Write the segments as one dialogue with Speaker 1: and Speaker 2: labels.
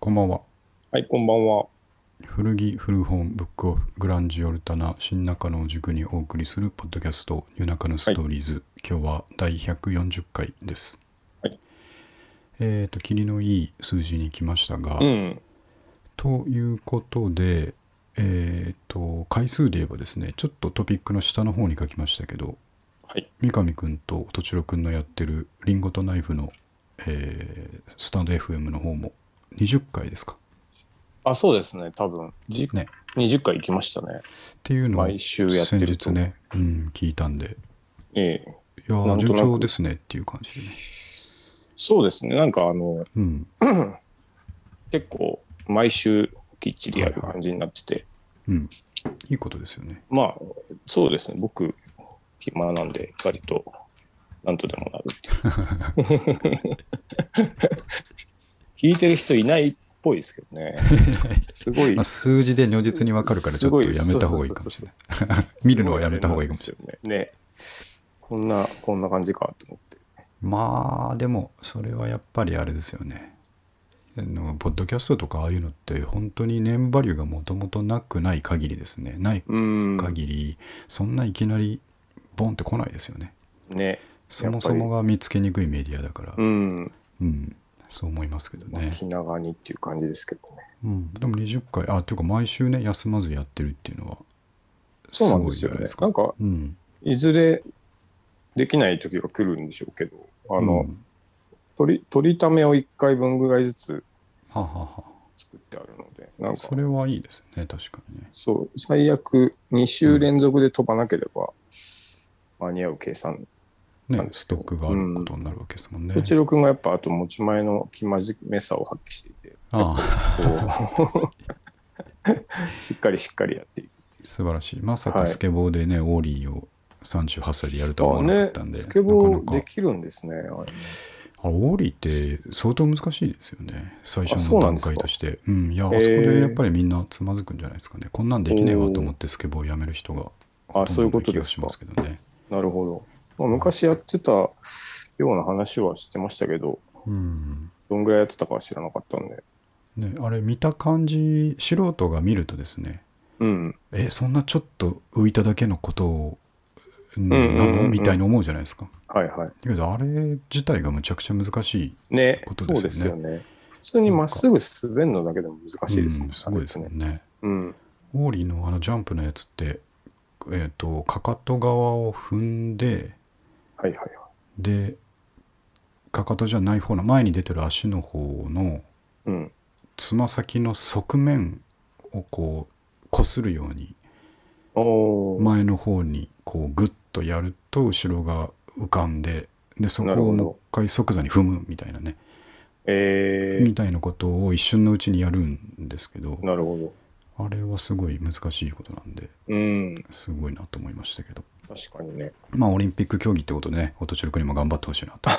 Speaker 1: こんばんは。
Speaker 2: はい、こんばんは。
Speaker 1: 古着、古本、ブックオフ、グランジオルタナ、新中野を塾にお送りするポッドキャスト、夜中のストーリーズ、今日は第140回です。
Speaker 2: はい
Speaker 1: えっ、と、霧のいい数字に来ましたが、
Speaker 2: うん。
Speaker 1: ということで、えっ、と、回数で言えばですね、ちょっとトピックの下の方に書きましたけど、
Speaker 2: はい。
Speaker 1: 三上くんととちろくんのやってるリンゴとナイフの、えースタンド FM の方も20回ですか。
Speaker 2: あ、そうですね、多分。じ
Speaker 1: ね。
Speaker 2: 20回行きましたね。
Speaker 1: っていうのを
Speaker 2: 毎週やって
Speaker 1: 先
Speaker 2: る
Speaker 1: 日
Speaker 2: と。
Speaker 1: ね、うん、聞いたんで、
Speaker 2: ええ。
Speaker 1: いや
Speaker 2: な
Speaker 1: ー
Speaker 2: んと
Speaker 1: 順
Speaker 2: なく
Speaker 1: 調ですねっていう感じでね。
Speaker 2: そうですね、なんかあの、
Speaker 1: うん。
Speaker 2: 結構、毎週きっちりやる感じになってて、
Speaker 1: うん。いいことですよね。
Speaker 2: まあ、そうですね、僕、暇なんで、割と、なんとでもなるっていう。聞いてる人いないっぽいですけ どね。すごい
Speaker 1: まあ、。 数字で如実にわかるからちょっ
Speaker 2: すご
Speaker 1: と
Speaker 2: い
Speaker 1: やめた方がいいかもしれない。 見
Speaker 2: 見
Speaker 1: るのはやめた方がいいかもしれない。
Speaker 2: れない。ね。こんな、こんな感じかと思って。
Speaker 1: まあ、でも、それはやっぱりあれですよね。あのポッドキャストとかああいうのって本当に年バリューがもともとなくない限りですねない
Speaker 2: うん。
Speaker 1: 限り、そんないきなりボンって来ないですよね
Speaker 2: ね。
Speaker 1: そもそもが見つけにくいメディアだから
Speaker 2: う、ん。
Speaker 1: うん、そう思いますけど
Speaker 2: まあ
Speaker 1: ね、
Speaker 2: 気長にっていう感じですけどね。
Speaker 1: うん、でも20回あというか毎週ね休まずやってるっていうのは
Speaker 2: そうなん
Speaker 1: ご
Speaker 2: で
Speaker 1: い
Speaker 2: す
Speaker 1: じゃ
Speaker 2: よ
Speaker 1: ない
Speaker 2: ね
Speaker 1: で。すか
Speaker 2: なんか、
Speaker 1: うん
Speaker 2: いずれできない時が来るんでしょうけど、あ
Speaker 1: う
Speaker 2: の、
Speaker 1: ん
Speaker 2: 取り、取りためを1回分ぐらいずつ
Speaker 1: はあはあは
Speaker 2: 作ってあるので、なん
Speaker 1: あ
Speaker 2: か
Speaker 1: そ、れはいいですね確かにね
Speaker 2: そう、最悪2週連続で飛ばなければ間に合う計算。なん
Speaker 1: ね
Speaker 2: です
Speaker 1: スト
Speaker 2: けど
Speaker 1: ックがあることになるわけですもんね、
Speaker 2: うちろくんがやっぱ、あと持ち前の生真面目さを発揮していて、
Speaker 1: ああ
Speaker 2: こ うしっかりしっかりやっていく。
Speaker 1: 素晴らしいまさか
Speaker 2: はい
Speaker 1: スケボーでね、オーリーを38歳でやるとは思わなかったんで、
Speaker 2: そうねスケボ
Speaker 1: な
Speaker 2: ー
Speaker 1: かな
Speaker 2: で
Speaker 1: か
Speaker 2: きるんですね。あれ
Speaker 1: あオーリーって相当難しいですよね最
Speaker 2: あ
Speaker 1: 初
Speaker 2: そ
Speaker 1: の
Speaker 2: うなん
Speaker 1: 段
Speaker 2: です
Speaker 1: 階
Speaker 2: か
Speaker 1: としてうんいやあそ
Speaker 2: へえ
Speaker 1: こでやっぱりみんなつまずくんじゃないですかねこんなんできねえわと思ってスケボーやめる人が
Speaker 2: あそういうこ
Speaker 1: ほとんどな気
Speaker 2: とで
Speaker 1: が
Speaker 2: す
Speaker 1: し
Speaker 2: か
Speaker 1: ま。すけどね
Speaker 2: なるほど。まあ、昔やってたような話はしてましたけど、
Speaker 1: うん
Speaker 2: どんぐらいやってたかは知らなかったんで。
Speaker 1: ね、あれ見た感じ素人が見るとですね
Speaker 2: うん。
Speaker 1: えそんなちょっと浮いただけのことをうん
Speaker 2: うんうん
Speaker 1: な
Speaker 2: うんう
Speaker 1: の
Speaker 2: ん
Speaker 1: みたいに思うじゃないですか
Speaker 2: はいはい。
Speaker 1: だけどあれ自体がむちゃくちゃ難しい
Speaker 2: ね
Speaker 1: こ、と
Speaker 2: そう
Speaker 1: で
Speaker 2: ですす
Speaker 1: よ
Speaker 2: よね。普通にまっすぐ滑るのだけでも難しいです
Speaker 1: う
Speaker 2: ね。
Speaker 1: んすごいですもんね
Speaker 2: うん。
Speaker 1: オーリーのあのジャンプのやつってえっ、とかかと側を踏んで
Speaker 2: はいはいはい。
Speaker 1: でかかとじゃない方の前に出てる足の方の
Speaker 2: うん。
Speaker 1: つま先の側面をこうこするように
Speaker 2: おー。
Speaker 1: 前の方にこうグッとやると後ろが浮かんででそこ
Speaker 2: なる
Speaker 1: を
Speaker 2: ほど
Speaker 1: もう一回即座に踏むみたいなね
Speaker 2: え
Speaker 1: み
Speaker 2: ー、
Speaker 1: たいなことを一瞬のうちにやるんですけど
Speaker 2: なるほど。
Speaker 1: あれはすごい難しいことなんで
Speaker 2: うん。
Speaker 1: すごいなと思いましたけど
Speaker 2: 確かにね。
Speaker 1: まあオリンピック競技ってことでね音千代君にも頑張ってほしい なと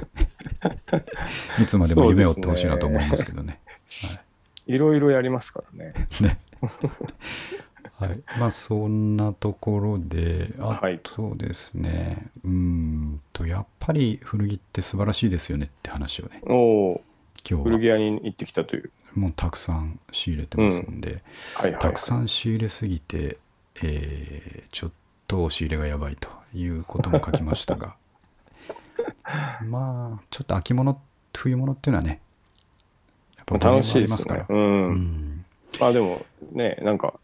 Speaker 1: いつまでも夢を追ってほしいなと思いますけどね
Speaker 2: いろいろやりますからね。
Speaker 1: ね。はい。まあ、そんなところで、あ
Speaker 2: はい
Speaker 1: とですね、うーんと、やっぱり古着って素晴らしいですよねって話をね、
Speaker 2: おー。
Speaker 1: 今日
Speaker 2: 古
Speaker 1: は
Speaker 2: 着屋に行ってきたという。
Speaker 1: もうたくさん仕入れてますんで、
Speaker 2: はいはい。
Speaker 1: たくさん仕入れすぎて、えーちょっと押し入れがやばいということも書きました が、まあ、ちょっと秋物、冬物っていうのはね、やっぱ
Speaker 2: 楽し
Speaker 1: ボリュームあ
Speaker 2: いで
Speaker 1: りますすか
Speaker 2: ね
Speaker 1: ら。。
Speaker 2: うん。
Speaker 1: うん
Speaker 2: まあでもね、なんか、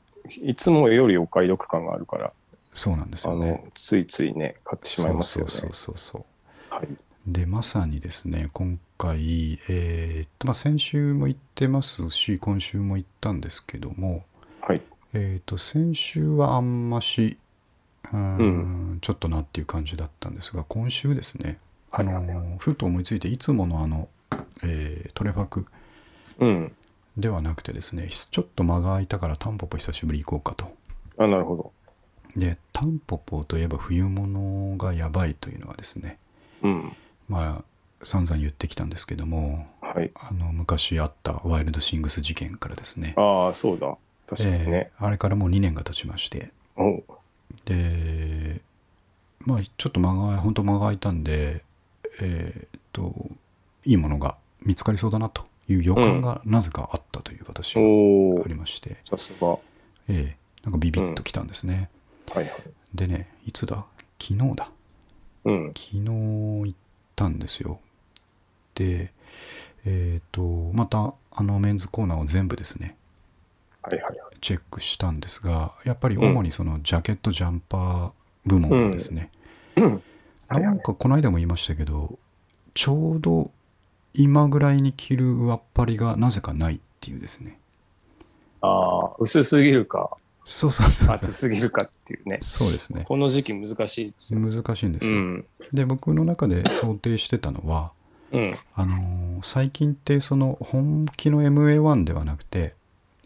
Speaker 2: いつもよりお買い得感があるから、
Speaker 1: そうなんです
Speaker 2: あ
Speaker 1: よね。
Speaker 2: の、ついついね、買ってしまいますよね。
Speaker 1: そうそうそうそう
Speaker 2: はい。
Speaker 1: でまさにですね今回、えーっとまあ、先週も行ってますし今週も行ったんですけども、
Speaker 2: はい。
Speaker 1: えーっと先週はあんましうーん、
Speaker 2: う
Speaker 1: ちょっとなっていう感じだったんですが今週ですねあの
Speaker 2: はいはい
Speaker 1: ーふと思いついていつものあの、えートレファク
Speaker 2: うん。
Speaker 1: ではなくてですねちょっと間が空いたからタンポポ久しぶり行こうかと。
Speaker 2: あ、なるほど。
Speaker 1: でタンポポといえば冬物がやばいというのはですね
Speaker 2: うん。
Speaker 1: まあ散々言ってきたんですけども
Speaker 2: はい。
Speaker 1: あの昔あったワイルドシングス事件からですね
Speaker 2: ああ、そうだ。確かにね。
Speaker 1: えーあれからもう2年が経ちまして
Speaker 2: おう
Speaker 1: でまあちょっと間が本当間が空いたんでえーっといいものが見つかりそうだなという予感がなぜかあったという私が
Speaker 2: お
Speaker 1: あ
Speaker 2: お
Speaker 1: りまして、
Speaker 2: さすが。は
Speaker 1: ええなんかビビッときたんですね。
Speaker 2: いはい。
Speaker 1: でね、いつだ昨日だ。
Speaker 2: うん。
Speaker 1: 昨日行ったんですよ。で、えっ、と、またあのメンズコーナーを全部ですね、
Speaker 2: はいはいはい。
Speaker 1: チェックしたんですが、やっぱり主にそのジャケット、ジャンパー部門がですね、
Speaker 2: はい
Speaker 1: な
Speaker 2: は
Speaker 1: ん
Speaker 2: い。
Speaker 1: かこの間も言いましたけど、ちょうど今ぐらいに着る上っ張りがなぜかないっていうですね。
Speaker 2: ああ、薄すぎ るか、
Speaker 1: そうそうそう。。
Speaker 2: 厚すぎるかっていうね
Speaker 1: そうですね。
Speaker 2: この時期難しいですよ。
Speaker 1: 難しいんです
Speaker 2: う
Speaker 1: よ。
Speaker 2: ん。
Speaker 1: で、僕の中で想定してたのは、
Speaker 2: うん。
Speaker 1: あのー最近ってその本気の MA1 ではなくて、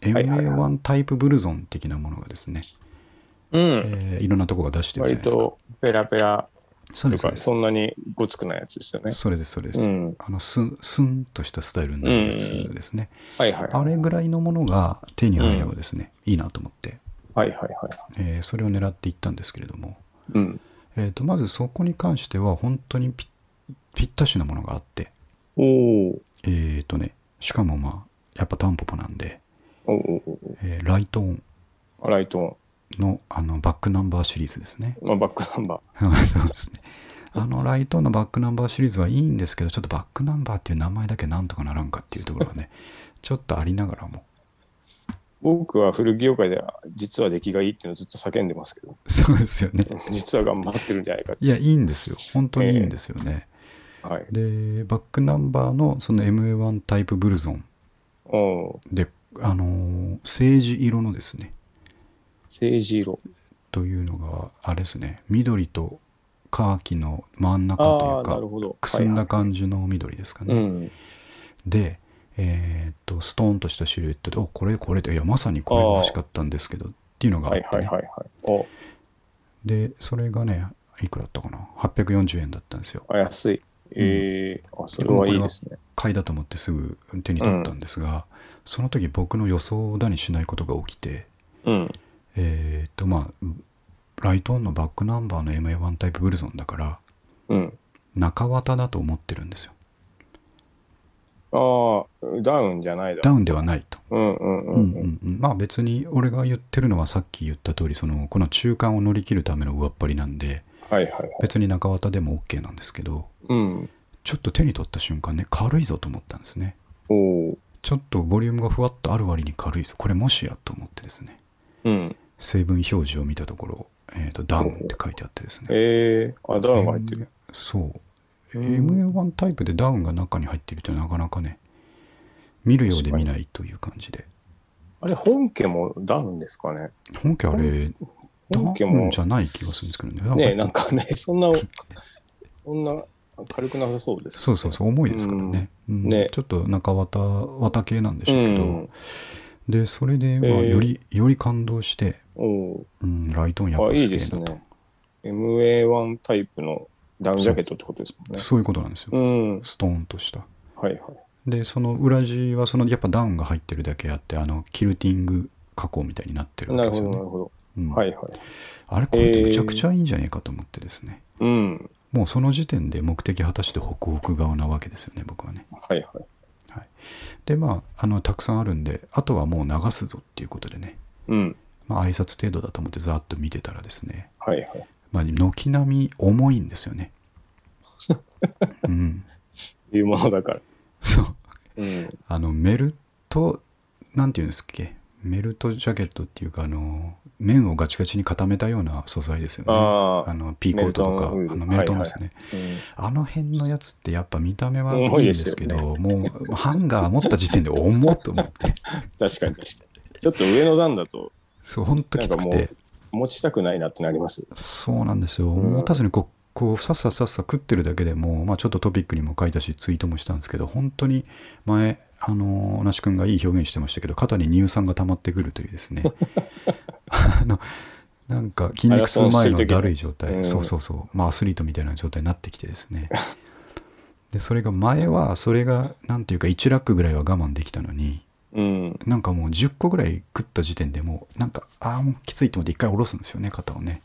Speaker 2: いはいはい
Speaker 1: MA1 タイプブルゾン的なものがですね、
Speaker 2: うん。
Speaker 1: えーいろんなとこが出してるじゃな
Speaker 2: 割
Speaker 1: いですか。
Speaker 2: とペラペラ
Speaker 1: そうで
Speaker 2: と
Speaker 1: すそう
Speaker 2: か、
Speaker 1: です。
Speaker 2: そんなにごつくないやつですよね。
Speaker 1: それです、それです。
Speaker 2: うん。
Speaker 1: あのスンスンとしたスタイルになるやつですね、
Speaker 2: はいはい。
Speaker 1: あ
Speaker 2: はい
Speaker 1: れぐらいのものが手に入ればですね、いいなと思って、
Speaker 2: はいはい。
Speaker 1: えーそれを狙っていったんですけれども、
Speaker 2: うん。
Speaker 1: えー、とまずそこに関しては本当にぴぴったしなものがあって
Speaker 2: おー
Speaker 1: えっ、とねしかもまあやっぱタンポポなんで、
Speaker 2: おーおーおー
Speaker 1: えーライトオン
Speaker 2: あライトオ
Speaker 1: のあのバックナンバーシリーズですね
Speaker 2: ン。まあ、バックナンバ
Speaker 1: そうですねあのライトオンのバックナンバーシリーズはいいんですけどちょっとバックナンバーっていう名前だけなんとかならんかっていうところがねちょっとありながらも
Speaker 2: ー。僕は古着業界では実は出来がいいっていうのをずっと叫んでますけど、
Speaker 1: そうですよね
Speaker 2: 実は頑張ってるんじゃないかって。
Speaker 1: いやいいんですよ本当にいいんですよね、
Speaker 2: はい。
Speaker 1: でバックナンバーのその MA1 タイプブルゾン
Speaker 2: おー
Speaker 1: であのー政治色のですね
Speaker 2: 政治色。
Speaker 1: というのがあれですね緑とカーキの真ん中
Speaker 2: あ
Speaker 1: と
Speaker 2: あ、
Speaker 1: い
Speaker 2: なる
Speaker 1: うか
Speaker 2: ほど。
Speaker 1: くすんだ
Speaker 2: は
Speaker 1: 感じの緑ですか
Speaker 2: い
Speaker 1: ね、
Speaker 2: はいうん。
Speaker 1: でえーっとストーンとしたシルエットで「おこれこれ」でいやまさにこれが欲しかったんですけどっていうのがあ
Speaker 2: は
Speaker 1: っ
Speaker 2: い
Speaker 1: て、
Speaker 2: はい
Speaker 1: ね
Speaker 2: はいはい。お
Speaker 1: でそれがねいくらだったかな840円だったんですよ
Speaker 2: あ、安い。えー、あ、それはいいですね。
Speaker 1: 買いだと思ってすぐ手に取ったんですが、その時僕の予想だにしないことが起きて
Speaker 2: うん。
Speaker 1: えーっとまあライトオンのバックナンバーの MA1 タイプブルゾンだから
Speaker 2: うん。
Speaker 1: 中綿だと思ってるんですよ
Speaker 2: ああ、ダウンじゃないだ
Speaker 1: ダ。ウンではないと、
Speaker 2: うんうんう
Speaker 1: うんう
Speaker 2: んうん。
Speaker 1: んうん、まあ別に俺が言ってるのはさっき言った通りそのこの中間を乗り切るための上っ張りなんで
Speaker 2: はいはいはい。
Speaker 1: 別に中綿でも OK なんですけど
Speaker 2: うん。
Speaker 1: ちょっと手に取った瞬間ね軽いぞと思ったんですね
Speaker 2: おお。
Speaker 1: ちょっとボリュームがふわっとある割に軽いぞこれもしやと思ってですね
Speaker 2: うん。
Speaker 1: 成分表示を見たところ、えー、とダウンって書いてあってですね
Speaker 2: えー、あ、ダウンが入ってる。
Speaker 1: えーそう
Speaker 2: うん
Speaker 1: MA1 タイプでダウンが中に入ってるってなかなかね見るようで見ないという感じで
Speaker 2: あれ、本家もダウンですかね
Speaker 1: 本家あれダ
Speaker 2: 本家も
Speaker 1: ウンじゃない気がするんですけどね
Speaker 2: ねえなんかね、 そんな、そんな軽くなさそうです。
Speaker 1: そうそうそう重いですからね,うん、
Speaker 2: ね
Speaker 1: ちょっと中綿綿系なんでしょうけど、
Speaker 2: ん、
Speaker 1: でそれで、まあ
Speaker 2: えー
Speaker 1: よりより感動して、
Speaker 2: お
Speaker 1: うん、ライトオンやっ
Speaker 2: お。あ、
Speaker 1: ぱ
Speaker 2: いい
Speaker 1: すげ
Speaker 2: で
Speaker 1: え
Speaker 2: す
Speaker 1: なと、
Speaker 2: ね。MA1 タイプのダウンジャケットってことですもんね。
Speaker 1: そういうことなんですよ、
Speaker 2: うん。
Speaker 1: ストーンとした
Speaker 2: はいはい。
Speaker 1: でその裏地はそのやっぱダウンが入ってるだけあってあのキルティング加工みたいになってるわ
Speaker 2: な
Speaker 1: け
Speaker 2: る
Speaker 1: で
Speaker 2: ほ
Speaker 1: すよ
Speaker 2: ど、な
Speaker 1: ね
Speaker 2: る、ほど。
Speaker 1: うん
Speaker 2: はいはい。
Speaker 1: あれこれってめちゃくちゃいいんじゃねえかと思ってですね、
Speaker 2: うん。
Speaker 1: もうその時点で目的果たして北北側なわけですよね僕はね
Speaker 2: はいはい。
Speaker 1: でまああのたくさんあるんであとはもう流すぞっていうことでね
Speaker 2: うん。
Speaker 1: まあ挨拶程度だと思ってざーっと見てたらですね、
Speaker 2: はいはい。
Speaker 1: まあ、軒並み重いんですよ ね。うん、
Speaker 2: いうものだから。
Speaker 1: そう
Speaker 2: うん。
Speaker 1: あのメルトなんていうんですっけメルトジャケットっていうかあの面をガチガチに固めたような素材ですよね。
Speaker 2: あー
Speaker 1: のピーコートとか
Speaker 2: メルトンウール
Speaker 1: あのメルトンですね、
Speaker 2: うん
Speaker 1: あの辺のやつってやっぱ見た目は
Speaker 2: 重
Speaker 1: いい
Speaker 2: い
Speaker 1: んで
Speaker 2: です
Speaker 1: す
Speaker 2: よ
Speaker 1: け
Speaker 2: ね
Speaker 1: どもうハンガー持った時点で重っと思って
Speaker 2: 確かに確かに。ちょっと上の段だと
Speaker 1: そうほんときつく
Speaker 2: なん
Speaker 1: て
Speaker 2: か持ちたくないなってなります。
Speaker 1: そうなんですよ、
Speaker 2: ん
Speaker 1: 持たずにこうこうさっさっさっさ食ってるだけでもう、まあ、ちょっとトピックにも書いたしツイートもしたんですけど本当に前あのー那須君がいい表現してましたけど肩に乳酸が溜まってくるという ですねあのなんか筋肉痛前のだるい状態、
Speaker 2: マラソンしてる時のうん
Speaker 1: そうそうそう、まあ、アスリートみたいな状態になってきてですねでそれが前はそれがなんていうか1ラックぐらいは我慢できたのに
Speaker 2: うん。
Speaker 1: なんかもう10個ぐらい食った時点でもうなんかああもうきついと思って一回下ろすんですよね肩をね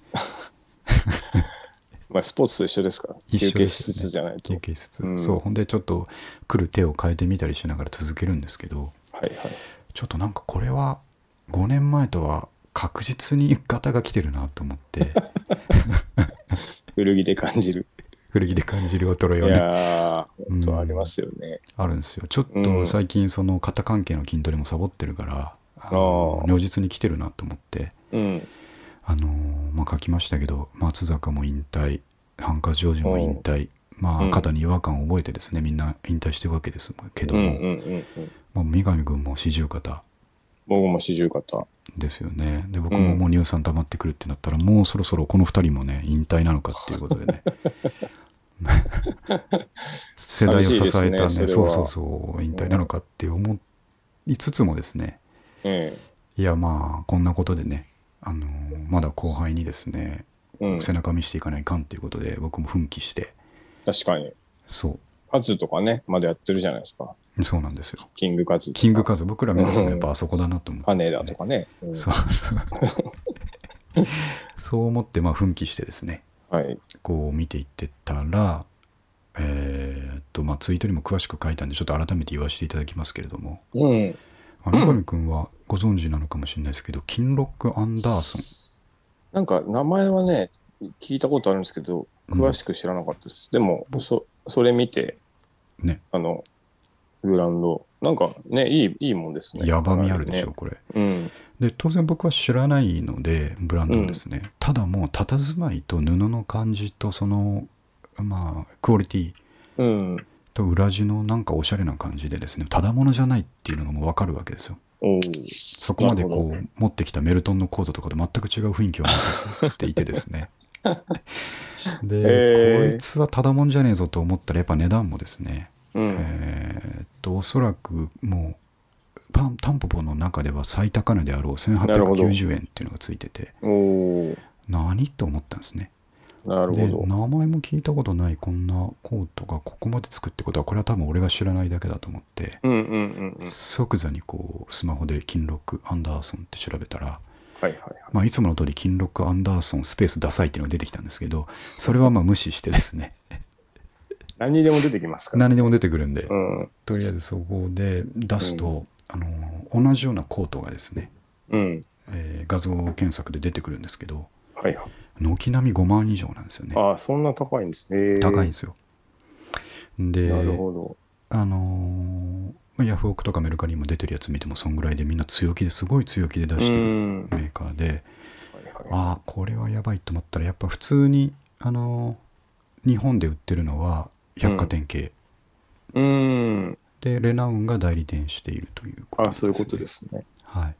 Speaker 2: まあ、スポーツと一緒ですから。
Speaker 1: 一
Speaker 2: 休
Speaker 1: 緒で
Speaker 2: 憩
Speaker 1: す
Speaker 2: し
Speaker 1: ね
Speaker 2: つつじゃないと。
Speaker 1: 休憩しつつ、
Speaker 2: うん
Speaker 1: そうほんでちょっと来る手を変えてみたりしながら続けるんですけど
Speaker 2: はいはい。
Speaker 1: ちょっとなんかこれは5年前とは確実に型が来てるなと思って
Speaker 2: 古着で感じる。
Speaker 1: 古着で感じる衰え
Speaker 2: い
Speaker 1: はね
Speaker 2: やー、本当ありますよね。
Speaker 1: あるんですよちょっ
Speaker 2: う
Speaker 1: と
Speaker 2: ん
Speaker 1: 最近その肩関係の筋トレもサボってるから、あの
Speaker 2: あー
Speaker 1: 如実に来てるなと思って
Speaker 2: うん。
Speaker 1: あのーまあ書きましたけど松坂も引退ハンカジョージも引退ま
Speaker 2: う
Speaker 1: あ
Speaker 2: ん
Speaker 1: 肩に違和感を覚えてですねみんな引退してるわけですけ
Speaker 2: う
Speaker 1: ど
Speaker 2: んうん
Speaker 1: も、
Speaker 2: うんうん。
Speaker 1: まあ、三上君も四十肩
Speaker 2: 僕も四十肩。
Speaker 1: ですよねで僕
Speaker 2: うん
Speaker 1: ももう乳酸溜まってくるってなったら、もうそろそろこの二人もね引退なのかっていうことで ね世代を支
Speaker 2: 寂し
Speaker 1: えた
Speaker 2: い
Speaker 1: ね
Speaker 2: ですねそ
Speaker 1: そ
Speaker 2: れ
Speaker 1: う
Speaker 2: は
Speaker 1: そうそう引退なのかって思いつつもですね、
Speaker 2: え
Speaker 1: いやまあこんなことでね、あのーまだ後輩にですね、
Speaker 2: え。うん。
Speaker 1: 背中見していかないかんっていうことで僕も奮起して
Speaker 2: 確かに。
Speaker 1: そ
Speaker 2: カズとかね、まだやってるじゃないですか。
Speaker 1: うそうなんですよ
Speaker 2: キングカズとか。
Speaker 1: キングカズ僕ら目指すの
Speaker 2: うん
Speaker 1: やっぱあそこだなと思って
Speaker 2: カ
Speaker 1: で
Speaker 2: ネ
Speaker 1: すね、
Speaker 2: だとかね。うん
Speaker 1: そうそうそう思ってまあ奮起してですね
Speaker 2: はい。
Speaker 1: こう見ていってたらえーっとまあツイートにも詳しく書いたんでちょっと改めて言わせていただきますけれども
Speaker 2: うん。
Speaker 1: あの三上君はご存知なのかもしれないですけどキンロック・アンダーソン
Speaker 2: なんか名前はね、聞いたことあるんですけど、
Speaker 1: うん
Speaker 2: 詳しく知らなかったです。でも、
Speaker 1: 僕
Speaker 2: そそれ見て、
Speaker 1: ね
Speaker 2: あの、グラウンド、なんかね、いいいいもんですね。
Speaker 1: やばみあるでしょ、
Speaker 2: ね
Speaker 1: これ
Speaker 2: うん。
Speaker 1: で当然僕は知らないのでブランドをですね、ただもう佇まいと布の感じとそのまあクオリティ
Speaker 2: うん。
Speaker 1: と裏地のなんかおしゃれな感じでですねただものじゃないっていうのがもう分かるわけですよ
Speaker 2: おお。
Speaker 1: そこまで
Speaker 2: なるほ
Speaker 1: こう持ってきたメルトンのコートとかと全く違う雰囲気を持っていてですね で、
Speaker 2: へー
Speaker 1: こいつはただもんじゃねえぞと思ったらやっぱ値段もですね、
Speaker 2: どうん。
Speaker 1: えーっとおそらくもうパンタンポポの中では最高値であろう1890円っていうのがついてて
Speaker 2: おお。
Speaker 1: 何と思ったんですね。
Speaker 2: なる
Speaker 1: で、
Speaker 2: ほ
Speaker 1: 名前も聞いたことないこんなコートがここまでつくってことは、これは多分俺が知らないだけだと思って、
Speaker 2: ど。うんうんうんうん。
Speaker 1: 即座にこう、スマホで金ロック・アンダーソンって調べたら、
Speaker 2: はいはいはい。
Speaker 1: まあ、いつもの通り金ロック・アンダーソンスペースダサいっていうのが出てきたんですけど、それはまあ無視してですね、
Speaker 2: 何にでも出てきますから。
Speaker 1: 何でも出てくるんで
Speaker 2: う、ん。
Speaker 1: とりあえずそこで出すと、あの、同じようなコートがですね、
Speaker 2: うん。
Speaker 1: えー画像検索で出てくるんですけど、
Speaker 2: はいはい。
Speaker 1: 軒並み5万以上なんですよね。
Speaker 2: ああ、そんな高いんですね。
Speaker 1: 高いんですよ。で、
Speaker 2: なるほど。
Speaker 1: あのーヤフオクとかメルカリにも出てるやつ見てもそんぐらいでみんな強気ですごい強気で出
Speaker 2: う
Speaker 1: してる
Speaker 2: ん。は
Speaker 1: メーカーで、
Speaker 2: いはい。
Speaker 1: ああこれはやばいと思ったらやっぱ普通に、あのー日本で売ってるのは百貨店系、
Speaker 2: うん。
Speaker 1: でレナウンが代理店しているということ
Speaker 2: ああ、そういうことで、すね。
Speaker 1: はい、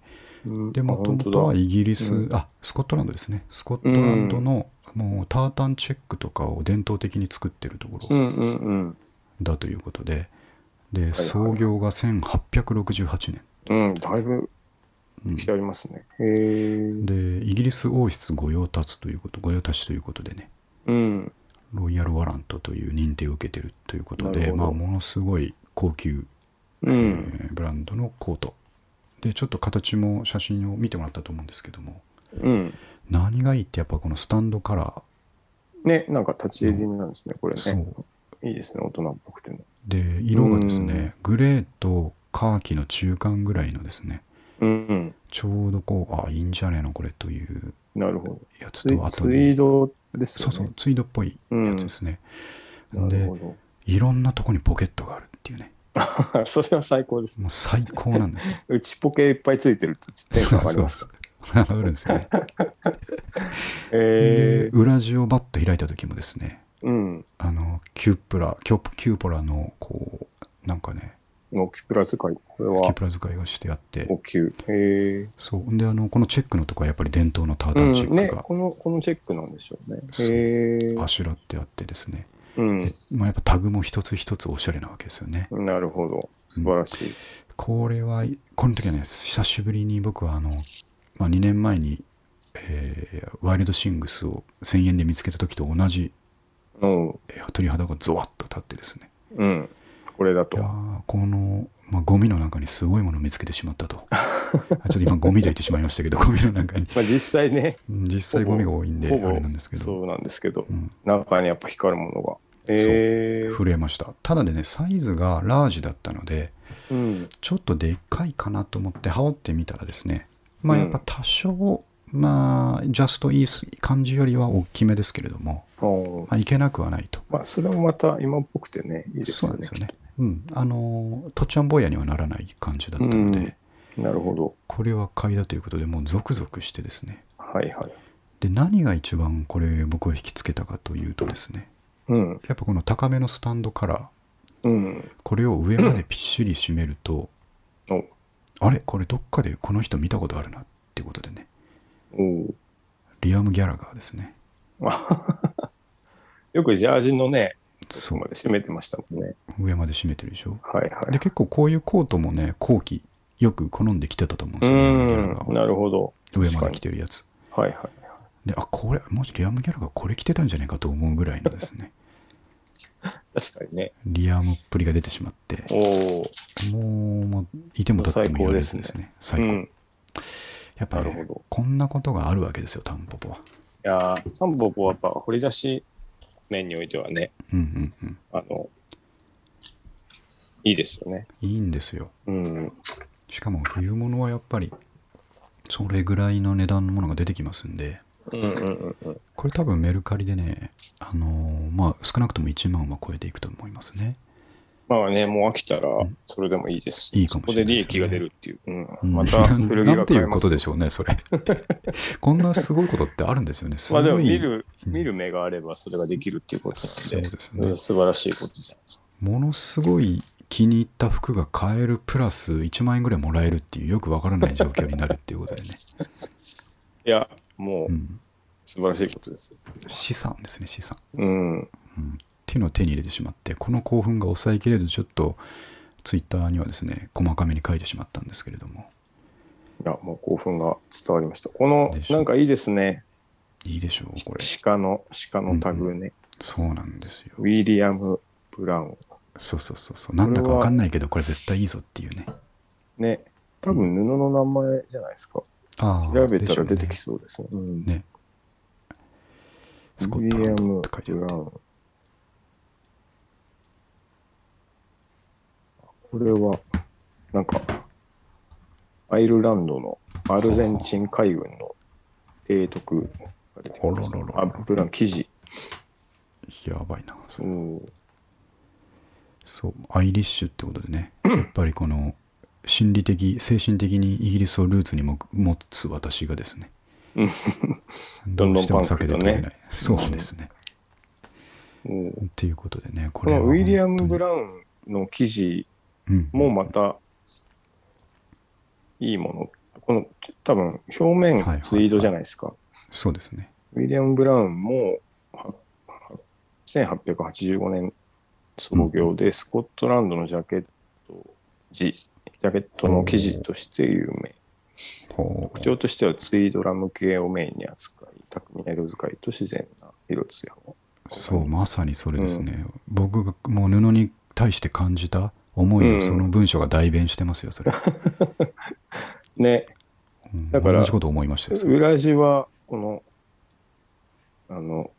Speaker 2: うん
Speaker 1: で
Speaker 2: あ
Speaker 1: もと
Speaker 2: 本
Speaker 1: も
Speaker 2: 当
Speaker 1: とは
Speaker 2: だ。
Speaker 1: イギリス、
Speaker 2: う
Speaker 1: あスコットランドですねスコットランドの、もうタータンチェックとかを伝統的に作ってるところ、
Speaker 2: うんうんうん。
Speaker 1: だということで、で、
Speaker 2: はい
Speaker 1: 創業が1868年、
Speaker 2: うん、だいぶ
Speaker 1: うん
Speaker 2: 来てありますね。へえ。
Speaker 1: で、イギリス王室御用達ということ、御用達ということでね、
Speaker 2: うん。
Speaker 1: ロイヤルワラントという認定を受けてるということ
Speaker 2: な
Speaker 1: で、
Speaker 2: るほど
Speaker 1: まあ、ものすごい高級、
Speaker 2: う
Speaker 1: え
Speaker 2: ん。
Speaker 1: ーブランドのコート。で、ちょっと形も写真を見てもらったと思うんですけども、
Speaker 2: うん。
Speaker 1: 何がいいってやっぱこのスタンドカラ
Speaker 2: ね、なんか立ち襟なんですね、これ
Speaker 1: ー、そ
Speaker 2: ね。
Speaker 1: う。
Speaker 2: いいですね、大人っぽくてね。
Speaker 1: で、色がですね、グレーとカーキの中間ぐらいのですね、
Speaker 2: うん。
Speaker 1: ちょうどこう、あ、いいんじゃねえの、これという
Speaker 2: なるほど。
Speaker 1: やつ
Speaker 2: ツイ
Speaker 1: と、あと
Speaker 2: ツイードですよ
Speaker 1: そう
Speaker 2: ね。
Speaker 1: そう、ツイードっぽいやつですね。
Speaker 2: うん。なる
Speaker 1: で
Speaker 2: ほ、ど。
Speaker 1: いろんなとこにポケットがあるっていうね、
Speaker 2: それは最高ですね。
Speaker 1: もう最高なんですよ。
Speaker 2: 内ポケいっぱいついてると テンション上がりますか
Speaker 1: そうそうあるんですよね。
Speaker 2: ら。へ
Speaker 1: で
Speaker 2: え。
Speaker 1: 裏地をバッと開いた時もですね、
Speaker 2: うん。
Speaker 1: あの、キュープラ、キョプキューポラの、こう、なんかね、
Speaker 2: のキュプラ使い。これ
Speaker 1: キュー
Speaker 2: は
Speaker 1: プラ使いがしてあって、
Speaker 2: 高級。へえ。
Speaker 1: そう。で、あの、このチェックのとこはやっぱり伝統のター
Speaker 2: う
Speaker 1: タンチェ
Speaker 2: ん。ね
Speaker 1: ック、が
Speaker 2: この、このチェックなんでしょうね。
Speaker 1: そう
Speaker 2: へえ。
Speaker 1: あしらってあってですね、
Speaker 2: うん。
Speaker 1: まあ、やっぱタグも一つ一つおしゃれなわけですよね。
Speaker 2: なるほど。素晴らしい。
Speaker 1: これは、この時はね、久しぶりに僕はあの、まあ、2年前に、えーワイルドシングスを1000円で見つけた時と同じ、
Speaker 2: うん。
Speaker 1: えー鳥肌がゾワッと立ってですね。
Speaker 2: うん。これだ
Speaker 1: いや
Speaker 2: と。
Speaker 1: ーこの、まあ、ゴミの中にすごいものを見つけてしまった と。あちょっと今、ゴミと言ってしまいましたけど、ゴミの中に。
Speaker 2: まあ、実際ね、
Speaker 1: うん実際ゴミが多いんで、あ
Speaker 2: ほぼ
Speaker 1: れなんですけど、
Speaker 2: そうなんですけど、
Speaker 1: うん
Speaker 2: 中にやっぱ光るものが。えー、
Speaker 1: 震えました。ただでね、サイズがラージだったので、
Speaker 2: うん。
Speaker 1: ちょっとでっかいかなと思って羽織ってみたらですね、まあ
Speaker 2: うん
Speaker 1: やっぱ多少、まあ、ジャストいい感じよりは大きめですけれども、
Speaker 2: おー
Speaker 1: まあ、いけなくはないと。
Speaker 2: まあ、それもまた今っぽくてね、いいです
Speaker 1: そう
Speaker 2: よ
Speaker 1: なんで
Speaker 2: ね
Speaker 1: す。よね。うん。あのー、とっちゃん坊やにはならない感じだったので、
Speaker 2: うんなるほど。
Speaker 1: これは買いだということで、もうゾクゾクしてですね。
Speaker 2: はいはい。
Speaker 1: で、何が一番これ僕を引きつけたかというとですね、
Speaker 2: うん。
Speaker 1: やっぱこの高めのスタンドから、
Speaker 2: うん。
Speaker 1: これを上までぴっしり締めると、
Speaker 2: お
Speaker 1: あれこれどっかでこの人見たことあるなっていうことでね、
Speaker 2: おう
Speaker 1: リアム・ギャラガーですね。
Speaker 2: よくジャージのね、そ
Speaker 1: そ
Speaker 2: こまで締めてましたもんね。
Speaker 1: う、上まで締めてるでしょ。
Speaker 2: はいはい
Speaker 1: で、。結構こういうコートもね、後期、よく好んで着てたと思うんで
Speaker 2: う
Speaker 1: すよね、リアム・ギャラガ
Speaker 2: ん。
Speaker 1: ーは
Speaker 2: なるほど。
Speaker 1: 上まで着てるやつ。
Speaker 2: はいはい。
Speaker 1: で、あ、これ、もしリアム・ギャラガーこれ着てたんじゃないかと思うぐらいのですね、
Speaker 2: 確かにね。
Speaker 1: リアムっぷりが出てしまって、
Speaker 2: おお。
Speaker 1: もう、もういても立ってもいられずですね、
Speaker 2: う
Speaker 1: 最高。
Speaker 2: ん。
Speaker 1: やっぱ
Speaker 2: なる
Speaker 1: ね
Speaker 2: ほど、
Speaker 1: こんなことがあるわけですよ、タンポポは。
Speaker 2: いやー、タンポポはやっぱ掘り出し面においてはね、
Speaker 1: うんうんうん。
Speaker 2: あの、いいですよね。
Speaker 1: いいんですよ。
Speaker 2: うん。
Speaker 1: しかも冬物はやっぱり、それぐらいの値段のものが出てきますんで、
Speaker 2: うんうんうんうん。
Speaker 1: これ多分メルカリでね、あのーまあ、少なくとも1万は超えていくと思いますね。
Speaker 2: まあね、もう飽きたら、それでもいいです。
Speaker 1: いいかもしれないで
Speaker 2: そこ
Speaker 1: す
Speaker 2: で利益
Speaker 1: よね
Speaker 2: が出るっていう。う。
Speaker 1: うんん
Speaker 2: また
Speaker 1: な
Speaker 2: 古 着
Speaker 1: な
Speaker 2: が
Speaker 1: んて
Speaker 2: 買
Speaker 1: い
Speaker 2: え
Speaker 1: う
Speaker 2: ま
Speaker 1: こ
Speaker 2: す
Speaker 1: と。でしょうね、それ。 こんなすごいことってあるんですよね。す
Speaker 2: ま
Speaker 1: ご
Speaker 2: あ
Speaker 1: い。
Speaker 2: でも見る、
Speaker 1: うん
Speaker 2: 見る目があればそれができるっていうこと
Speaker 1: そう
Speaker 2: なん
Speaker 1: で
Speaker 2: で、
Speaker 1: す
Speaker 2: う
Speaker 1: ね
Speaker 2: ん。素晴らしいことじゃないですか。
Speaker 1: ものすごい気に入った服が買えるプラス1万円ぐらいもらえるっていうよくわからない状況になるっていうことでね、
Speaker 2: いや、も
Speaker 1: う、
Speaker 2: うん素晴らしいことです。
Speaker 1: 資産ですね資産、
Speaker 2: うん。
Speaker 1: うん、っていうのを手に入れてしまってこの興奮が抑えきれずちょっとツイッターにはですね細かめに書いてしまったんですけれども
Speaker 2: いや、もう興奮が伝わりました。この
Speaker 1: で、しょ
Speaker 2: なんかいいですね。
Speaker 1: いいでしょうこれ
Speaker 2: 鹿の、鹿のタグね。
Speaker 1: そうなんですよ
Speaker 2: ウィリアム・ブラウン。
Speaker 1: そうそうそうそうなんだかわかんないけどこれ絶対いいぞっていうね
Speaker 2: ね。多分布の名前じゃないですか。
Speaker 1: ああ
Speaker 2: 調べたら出て
Speaker 1: で
Speaker 2: き
Speaker 1: し
Speaker 2: そうですね。う
Speaker 1: ねょ
Speaker 2: ん
Speaker 1: うねスコットランドって書いてあ
Speaker 2: ウ
Speaker 1: っ
Speaker 2: ィリ
Speaker 1: て
Speaker 2: アムブラウンこれは、なんか、アイルランドのアルゼンチン海軍の提督が出てきました
Speaker 1: あらららら
Speaker 2: あ、ブラウン、記事。
Speaker 1: やばいなそう
Speaker 2: うん
Speaker 1: そうアイリッシュってことでねやっぱりこの心理的精神的にイギリスをルーツにも持つ私がですね
Speaker 2: うん
Speaker 1: どうしても避けて通れない、
Speaker 2: どんどんパンクとね
Speaker 1: そうですね、
Speaker 2: うん
Speaker 1: っていうことでねこ
Speaker 2: こ
Speaker 1: れは
Speaker 2: のウィリアム・ブ
Speaker 1: ラ
Speaker 2: ラウンの記事
Speaker 1: うん
Speaker 2: もまたいいもの、このち多分表面
Speaker 1: はいはい
Speaker 2: ツイードじゃないですか。
Speaker 1: そうですね
Speaker 2: ウィリアム・ブラウンもはは1885年創業で、スコットランドのジャケット地、ジャケットの生地として有名。
Speaker 1: ほ
Speaker 2: 特徴としてはツイードラム系をメインに扱い、巧みな色使いと自然な色艶を。
Speaker 1: うそうまさにそれですね、僕がもう布に対して感じた思い
Speaker 2: うん
Speaker 1: をその文章が代弁してますよそれ、
Speaker 2: ね、
Speaker 1: うん
Speaker 2: だから
Speaker 1: 同じこと思いましたよそれ
Speaker 2: 裏地は、この、あの、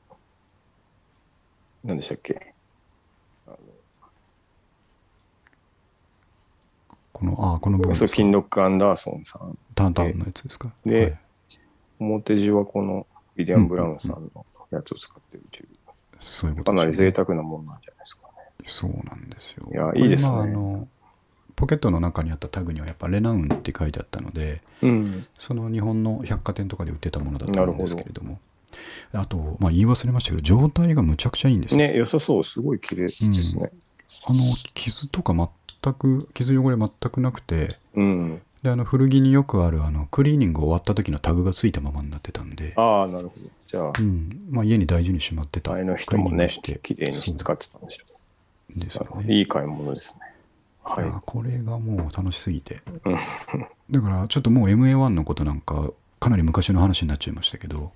Speaker 2: 何でしたっけ
Speaker 1: このあこの部分
Speaker 2: そ
Speaker 1: で
Speaker 2: う
Speaker 1: す
Speaker 2: キ
Speaker 1: か
Speaker 2: ンロック・アンダーソンさん。
Speaker 1: タンタンのやつですか
Speaker 2: で
Speaker 1: はい
Speaker 2: 表地はこのウィリアム・ブラウンさんのやつを使ってるという。
Speaker 1: そういうこと
Speaker 2: か
Speaker 1: ですよね
Speaker 2: なり贅沢なものなんじゃないですかね。
Speaker 1: そうなんですよ。
Speaker 2: いや
Speaker 1: これ
Speaker 2: いいですね
Speaker 1: まああのポケットの中にあったタグにはやっぱレナウンって書いてあったので、
Speaker 2: うん。
Speaker 1: その日本の百貨店とかで売ってたものだった
Speaker 2: なる
Speaker 1: ん
Speaker 2: ほど
Speaker 1: ですけれども、あと、まあ、言い忘れましたけど、状態がむちゃくちゃいいんですよ。
Speaker 2: ね、良さそう。すごい綺麗ですね。
Speaker 1: あの傷とか全く、傷汚れ全くなくて、
Speaker 2: うん。
Speaker 1: であの古着によくあるあのクリーニング終わった時のタグがついたままになってたんで、
Speaker 2: ああ、なるほど。じゃあ
Speaker 1: う、んまあ、家に大事にしまってた
Speaker 2: 前の人もね、綺麗に
Speaker 1: そう
Speaker 2: 使ってたんでしょ
Speaker 1: です
Speaker 2: う。なるほ
Speaker 1: よ
Speaker 2: ど。
Speaker 1: ね。
Speaker 2: いい買い物ですね。はい
Speaker 1: いや。これがもう楽しすぎて
Speaker 2: うん
Speaker 1: だからちょっともう MA1 のことなんかかなり昔の話になっちゃいましたけど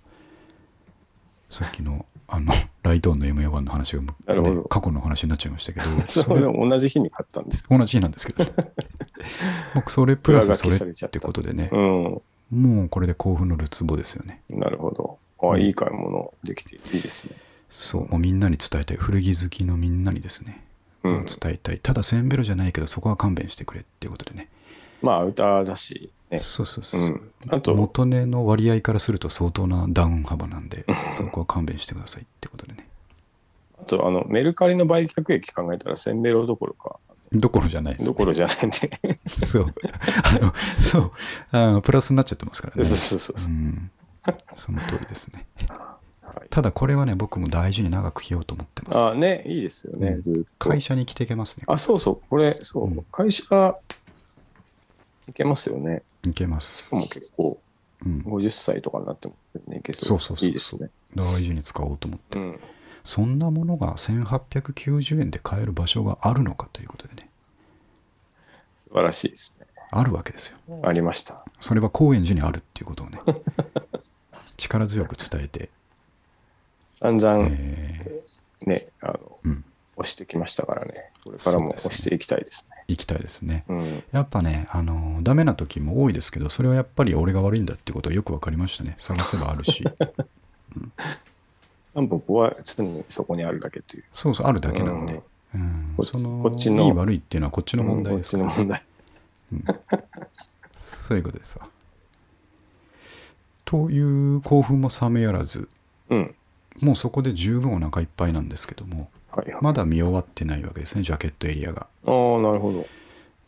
Speaker 1: さっきの、あの、ライトオンの M4 の話が、ね
Speaker 2: なるほど、
Speaker 1: 過去の話になっちゃいましたけど、
Speaker 2: それも同じ日に買ったんです。
Speaker 1: 同じ日なんですけ ど、僕、そ れプラスそれ
Speaker 2: 裏書きされちゃ
Speaker 1: っ
Speaker 2: った
Speaker 1: てことでね、
Speaker 2: うん。
Speaker 1: もうこれで興奮のるつぼですよね。
Speaker 2: なるほど。あいい買い物できていいですね。
Speaker 1: そう、もうみんなに伝えたい。古着好きのみんなにですね、
Speaker 2: うん。
Speaker 1: 伝えたい。ただ、せんべろじゃないけど、そこは勘弁してくれっていうことでね。
Speaker 2: まあ、歌だし、ね。
Speaker 1: そうそうそうう。
Speaker 2: ん。あと、
Speaker 1: 元値の割合からすると相当なダウン幅なんで、そこは勘弁してくださいってことでね。
Speaker 2: あとあのメルカリの売却益考えたら、せんべろどころか、
Speaker 1: どころじゃないです、ね。
Speaker 2: どころじゃないんで。
Speaker 1: そう。あの、そう。あのプラスになっちゃってますから
Speaker 2: そう
Speaker 1: ね。
Speaker 2: そうそうそうう。
Speaker 1: ん。その通りですね。
Speaker 2: はい、
Speaker 1: ただこれはね、僕も大事に長く着ようと思ってます。
Speaker 2: あね、いいですよね、ずっと。
Speaker 1: 会社に着ていけますね。
Speaker 2: あ、そうそう、これ、そう、
Speaker 1: うん
Speaker 2: 会社、いけますよね。
Speaker 1: いけます。
Speaker 2: もう結構、
Speaker 1: うん。
Speaker 2: 50歳とかになっても、ね、いけそう。
Speaker 1: そうそうそう
Speaker 2: いいですね。
Speaker 1: 大事に使おうと思って。
Speaker 2: うん。
Speaker 1: そんなものが1890円で買える場所があるのかということでね。
Speaker 2: 素晴らしいですね。
Speaker 1: あるわけですよ。
Speaker 2: ありました。
Speaker 1: それは高円寺にあるっていうことを ね、力強く伝えて、
Speaker 2: 散々、
Speaker 1: え
Speaker 2: ね、あの、
Speaker 1: ーうん、
Speaker 2: 押してきましたからね。これからも
Speaker 1: そうですね
Speaker 2: 押していきたいですね。
Speaker 1: 行きたいですね。
Speaker 2: うん。
Speaker 1: やっぱね、あのダメな時も多いですけど、それはやっぱり俺が悪いんだってことはよく分かりましたね。探せばあるし。
Speaker 2: なん僕は常にそこにあるだけという。
Speaker 1: そうそう、あるだけなんで。うん
Speaker 2: こっち
Speaker 1: その
Speaker 2: こっちの
Speaker 1: いい悪いっていうのはこっちの問題
Speaker 2: うん
Speaker 1: で
Speaker 2: こっ
Speaker 1: すか
Speaker 2: ちの
Speaker 1: ら、
Speaker 2: 問題。
Speaker 1: そういうことですわ。という興奮も冷めやらず、
Speaker 2: うん。
Speaker 1: もうそこで十分お腹いっぱいなんですけども、
Speaker 2: はいはい。
Speaker 1: まだ見終わってないわけですね、ジャケットエリアが。
Speaker 2: ああ、なるほど。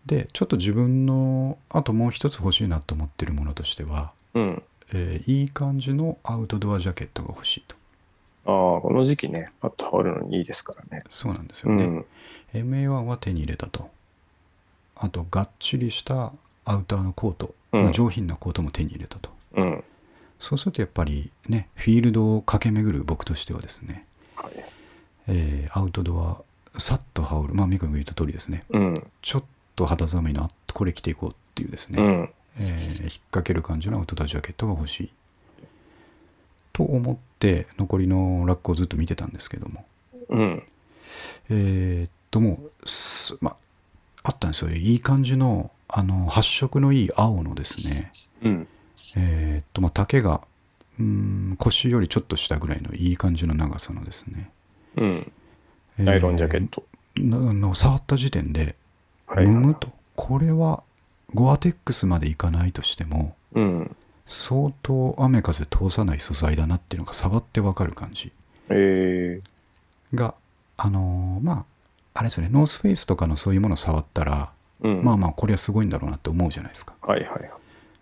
Speaker 1: で、ちょっと自分の、あともう一つ欲しいなと思ってるものとしては、
Speaker 2: うん。
Speaker 1: えーいい感じのアウトドアジャケットが欲しいと。
Speaker 2: ああ、この時期ね、パッと羽織るのにいいですからね。
Speaker 1: そうなんです
Speaker 2: う
Speaker 1: よね。
Speaker 2: ん。
Speaker 1: MA1 は手に入れたと。あと、がっちりしたアウターのコート、
Speaker 2: うん
Speaker 1: まあ上品なコートも手に入れたと。
Speaker 2: うん。
Speaker 1: そうするとやっぱりね、フィールドを駆け巡る僕としてはですね、
Speaker 2: はい。
Speaker 1: えーアウトドア、さっと羽織る、まあ、ミカが言った通りですね、
Speaker 2: うん。
Speaker 1: ちょっと肌寒いな、これ着ていこうっていうですね、
Speaker 2: うん。
Speaker 1: えー引っ掛ける感じのアウトドアジャケットが欲しい。と思って、残りのラックをずっと見てたんですけども、
Speaker 2: うん。
Speaker 1: えーっと、もう、すまあ、あったんですよ、いい感じの、あの、発色のいい青のですね、
Speaker 2: うん。
Speaker 1: えーっと、まあ、丈が、うーん、腰よりちょっと下ぐらいのいい感じの長さのですね。
Speaker 2: うん。
Speaker 1: えー
Speaker 2: ナイロンジャケット。
Speaker 1: なの触った時点で、
Speaker 2: はい。
Speaker 1: むむと。これは、ゴアテックスまでいかないとしても、
Speaker 2: うん。
Speaker 1: 相当雨風通さない素材だなっていうのが触ってわかる感じ
Speaker 2: えー、
Speaker 1: が、あのーまあ、あれですよね、ノースフェイスとかのそういうものを触ったら、
Speaker 2: うん。
Speaker 1: まあまあ、これはすごいんだろうなって思うじゃないですか。
Speaker 2: はいはいはい。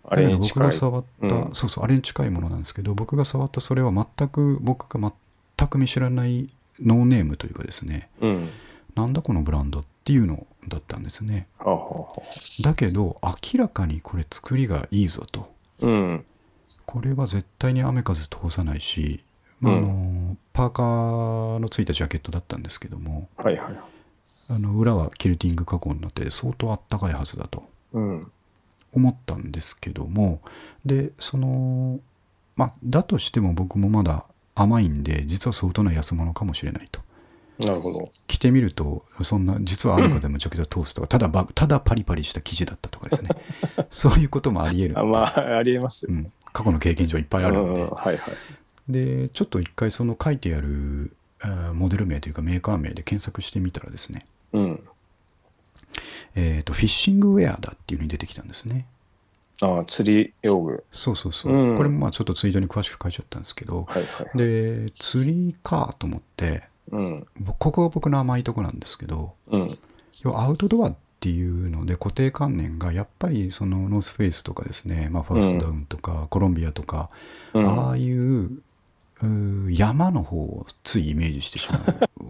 Speaker 2: あ
Speaker 1: だけ
Speaker 2: れ
Speaker 1: ど
Speaker 2: に
Speaker 1: 僕
Speaker 2: 近
Speaker 1: が
Speaker 2: い。
Speaker 1: 触った、
Speaker 2: うん
Speaker 1: そうそう、あれに近いものなんですけど、僕が触ったそれは全く、僕が全く見知らないノーネームというかですね、
Speaker 2: うん。
Speaker 1: なんだこのブランドっていうのだったんですね。
Speaker 2: はあ、はあはあ、
Speaker 1: だけど明らかにこれ作りがいいぞと
Speaker 2: うん。
Speaker 1: これは絶対に雨風通さないし、まああの
Speaker 2: う
Speaker 1: パーカーのついたジャケットだったんですけども
Speaker 2: はいはい。
Speaker 1: あの裏はキルティング加工になってて相当あったかいはずだと
Speaker 2: うん。
Speaker 1: 思ったんですけどもでそのまあだとしても僕もまだ甘いんで実は相当な安物かもしれないと
Speaker 2: なるほど。
Speaker 1: 着てみるとそんな実は雨風むちゃくちゃ通すとかただバただパリパリした生地だったとかですねそういうこともありえる
Speaker 2: あまあ、あ りえます
Speaker 1: う
Speaker 2: よ。
Speaker 1: ん、過去の経験上いっぱいあるんで、
Speaker 2: うんはいはい。
Speaker 1: でちょっと一回その書いてあるあーモデル名というかメーカー名で検索してみたらですね、
Speaker 2: うん。
Speaker 1: えー、とフィッシングウェアだっていうのに出てきたんですね
Speaker 2: ああ、釣り用具。
Speaker 1: そうそうそう、
Speaker 2: うん
Speaker 1: これもまあちょっとツイートに詳しく書いちゃったんですけど
Speaker 2: はいはい。
Speaker 1: で釣りかと思って
Speaker 2: うん。
Speaker 1: 僕ここが僕の甘いとこなんですけど
Speaker 2: うん。
Speaker 1: 要はアウトドアっていうので固定観念がやっぱりそのノースフェイスとかですね、まあ、ファーストダウンとかコロンビアとか、
Speaker 2: うん。
Speaker 1: ああいううー山の方をついイメージしてしま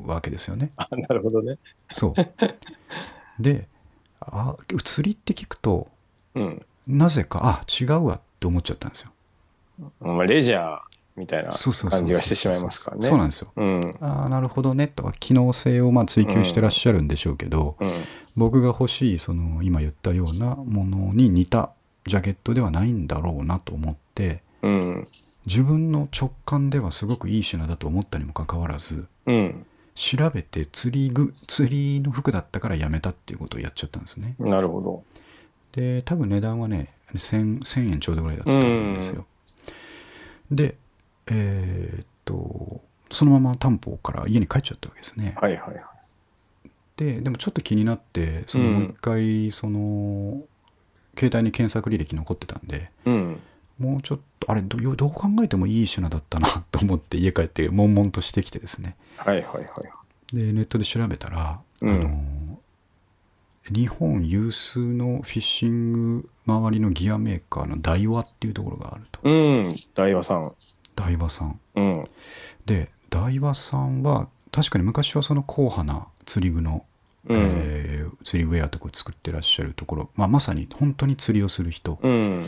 Speaker 1: うわけですよね。
Speaker 2: あなるほどね。
Speaker 1: そうであ釣りって聞くと
Speaker 2: うん。
Speaker 1: なぜかあ違うわって思っちゃったんですよ。
Speaker 2: まあ、レジャーみたいな
Speaker 1: そうそうそうそう
Speaker 2: 感じがしてしまいますからね。
Speaker 1: そうなんですよ。
Speaker 2: うん。
Speaker 1: ああなるほどねとは機能性をまあ追求してらっしゃるんでしょうけど、
Speaker 2: うん。
Speaker 1: 僕が欲しいその今言ったようなものに似たジャケットではないんだろうなと思って
Speaker 2: うん。
Speaker 1: 自分の直感ではすごくいい品だと思ったにもかかわらず
Speaker 2: うん。
Speaker 1: 調べて釣り具釣りの服だったからやめたっていうことをやっちゃったんですね
Speaker 2: なるほど。
Speaker 1: で多分値段はね 1000, 1000円ちょうどぐらいだったと思うんですよ、でえーっとそのまま担保から家に帰っちゃったわけですね、
Speaker 2: はいはいはい。
Speaker 1: ででもちょっと気になってその
Speaker 2: うん
Speaker 1: もう一回その、携帯に検索履歴残ってたんで
Speaker 2: うん。
Speaker 1: もうちょっとあれどどう考えてもいい品だったなと思って家帰って悶々としてきてですね
Speaker 2: はいはいはい。
Speaker 1: でネットで調べたら、
Speaker 2: うん
Speaker 1: あの日本有数のフィッシング周りのギアメーカーのダイワっていうところがあると、
Speaker 2: うん。大和さん。
Speaker 1: ダイワさん
Speaker 2: うん。
Speaker 1: でダイワさんは確かに昔はその硬派な釣り具の
Speaker 2: うん。
Speaker 1: えー釣りウェアとか作ってらっしゃるところ、まあ、まさに本当に釣りをする人
Speaker 2: うん。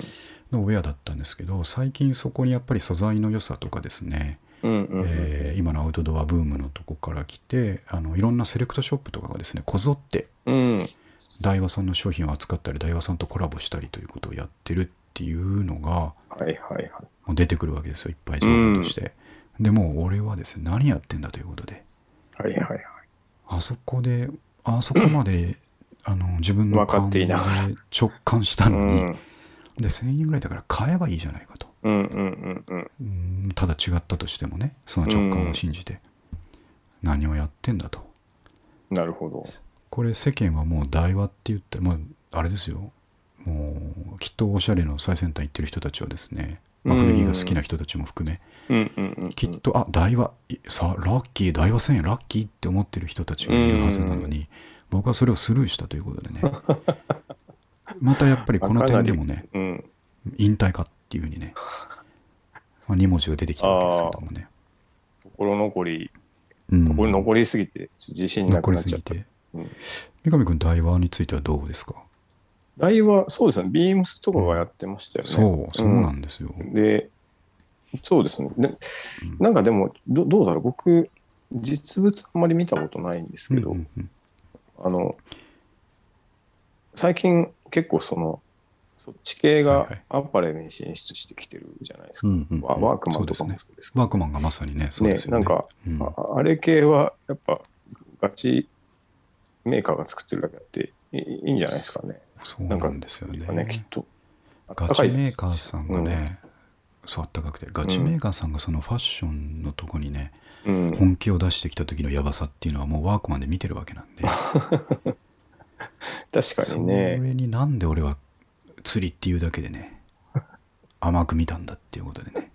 Speaker 1: のウェアだったんですけど最近そこにやっぱり素材の良さとかですね、
Speaker 2: うん。うん。
Speaker 1: えー今のアウトドアブームのとこから来てあのいろんなセレクトショップとかがですねこぞって
Speaker 2: うん。
Speaker 1: ダイワさんの商品を扱ったりダイワさんとコラボしたりということをやってるっていうのが
Speaker 2: はいはいはい。
Speaker 1: もう出てくるわけですよいっぱい情報として。でもう俺はですね何やってんだということで
Speaker 2: はいはいはい。
Speaker 1: あそこであそこまで あの自分の
Speaker 2: 分かっていながら
Speaker 1: 勘で直感した
Speaker 2: う
Speaker 1: のに、
Speaker 2: ん。
Speaker 1: で1000円ぐらいだから買えばいいじゃないかと
Speaker 2: うんうんうんうん。
Speaker 1: うんただ違ったとしてもねその直感を信じて、何をやってんだと
Speaker 2: なるほど。
Speaker 1: これ世間はもう大和って言ってまああれですよもうきっとおしゃれの最先端行ってる人たちはですね、まあ、
Speaker 2: うん
Speaker 1: 古着が好きな人たちも含め、
Speaker 2: うんうんうんうん。
Speaker 1: きっとあ大和いさラッキー大和1000円ラッキーって思ってる人たちがいるはずなのに、僕はそれをスルーしたということでね またやっぱりこの点でもね
Speaker 2: うん。
Speaker 1: 引退かっていうふうにね、まあ、2文字が出てきたわけですけどもね、
Speaker 2: 心残り、
Speaker 1: うん、
Speaker 2: 心残りすぎて、ちょっと自信な
Speaker 1: 残
Speaker 2: く
Speaker 1: り
Speaker 2: なっ
Speaker 1: す
Speaker 2: ちゃっ
Speaker 1: ぎ
Speaker 2: た。
Speaker 1: て、
Speaker 2: うん
Speaker 1: 三上君台湾についてはどうですか、
Speaker 2: 大和、そうですね。ビームスとかがやってましたよね。
Speaker 1: そうそうなんですよ、
Speaker 2: で、そうですね。でなんかでもど、どうだろう、僕、実物あんまり見たことないんです
Speaker 1: う
Speaker 2: け
Speaker 1: ん
Speaker 2: ど、
Speaker 1: うんうん
Speaker 2: あの、最近結構その、そっち
Speaker 1: は
Speaker 2: 系
Speaker 1: いは
Speaker 2: が
Speaker 1: い
Speaker 2: アパレルに進出してきてるじゃないです
Speaker 1: う
Speaker 2: か。
Speaker 1: んうん
Speaker 2: ワワークマンとか
Speaker 1: そう
Speaker 2: も
Speaker 1: ですね
Speaker 2: そうですけ
Speaker 1: ワークマンがまさにねそうですよね
Speaker 2: ねなんか
Speaker 1: うん
Speaker 2: ど、ああれ系はやっぱガチメーカーが作ってるだけあっていいいいんじゃないですかね。
Speaker 1: そうなんですよね
Speaker 2: ねきっと。
Speaker 1: ガチメーカーさんがね、そうあったかくてガチメーカーさんがそのファッションのとこにね、
Speaker 2: うん、うん
Speaker 1: 本気を出してきた時のヤバさっていうのはもうワークマンで見てるわけなん で
Speaker 2: 確かに
Speaker 1: そ
Speaker 2: ね。
Speaker 1: れになんで俺は釣りっていうだけでね甘く見たんだっていうことでね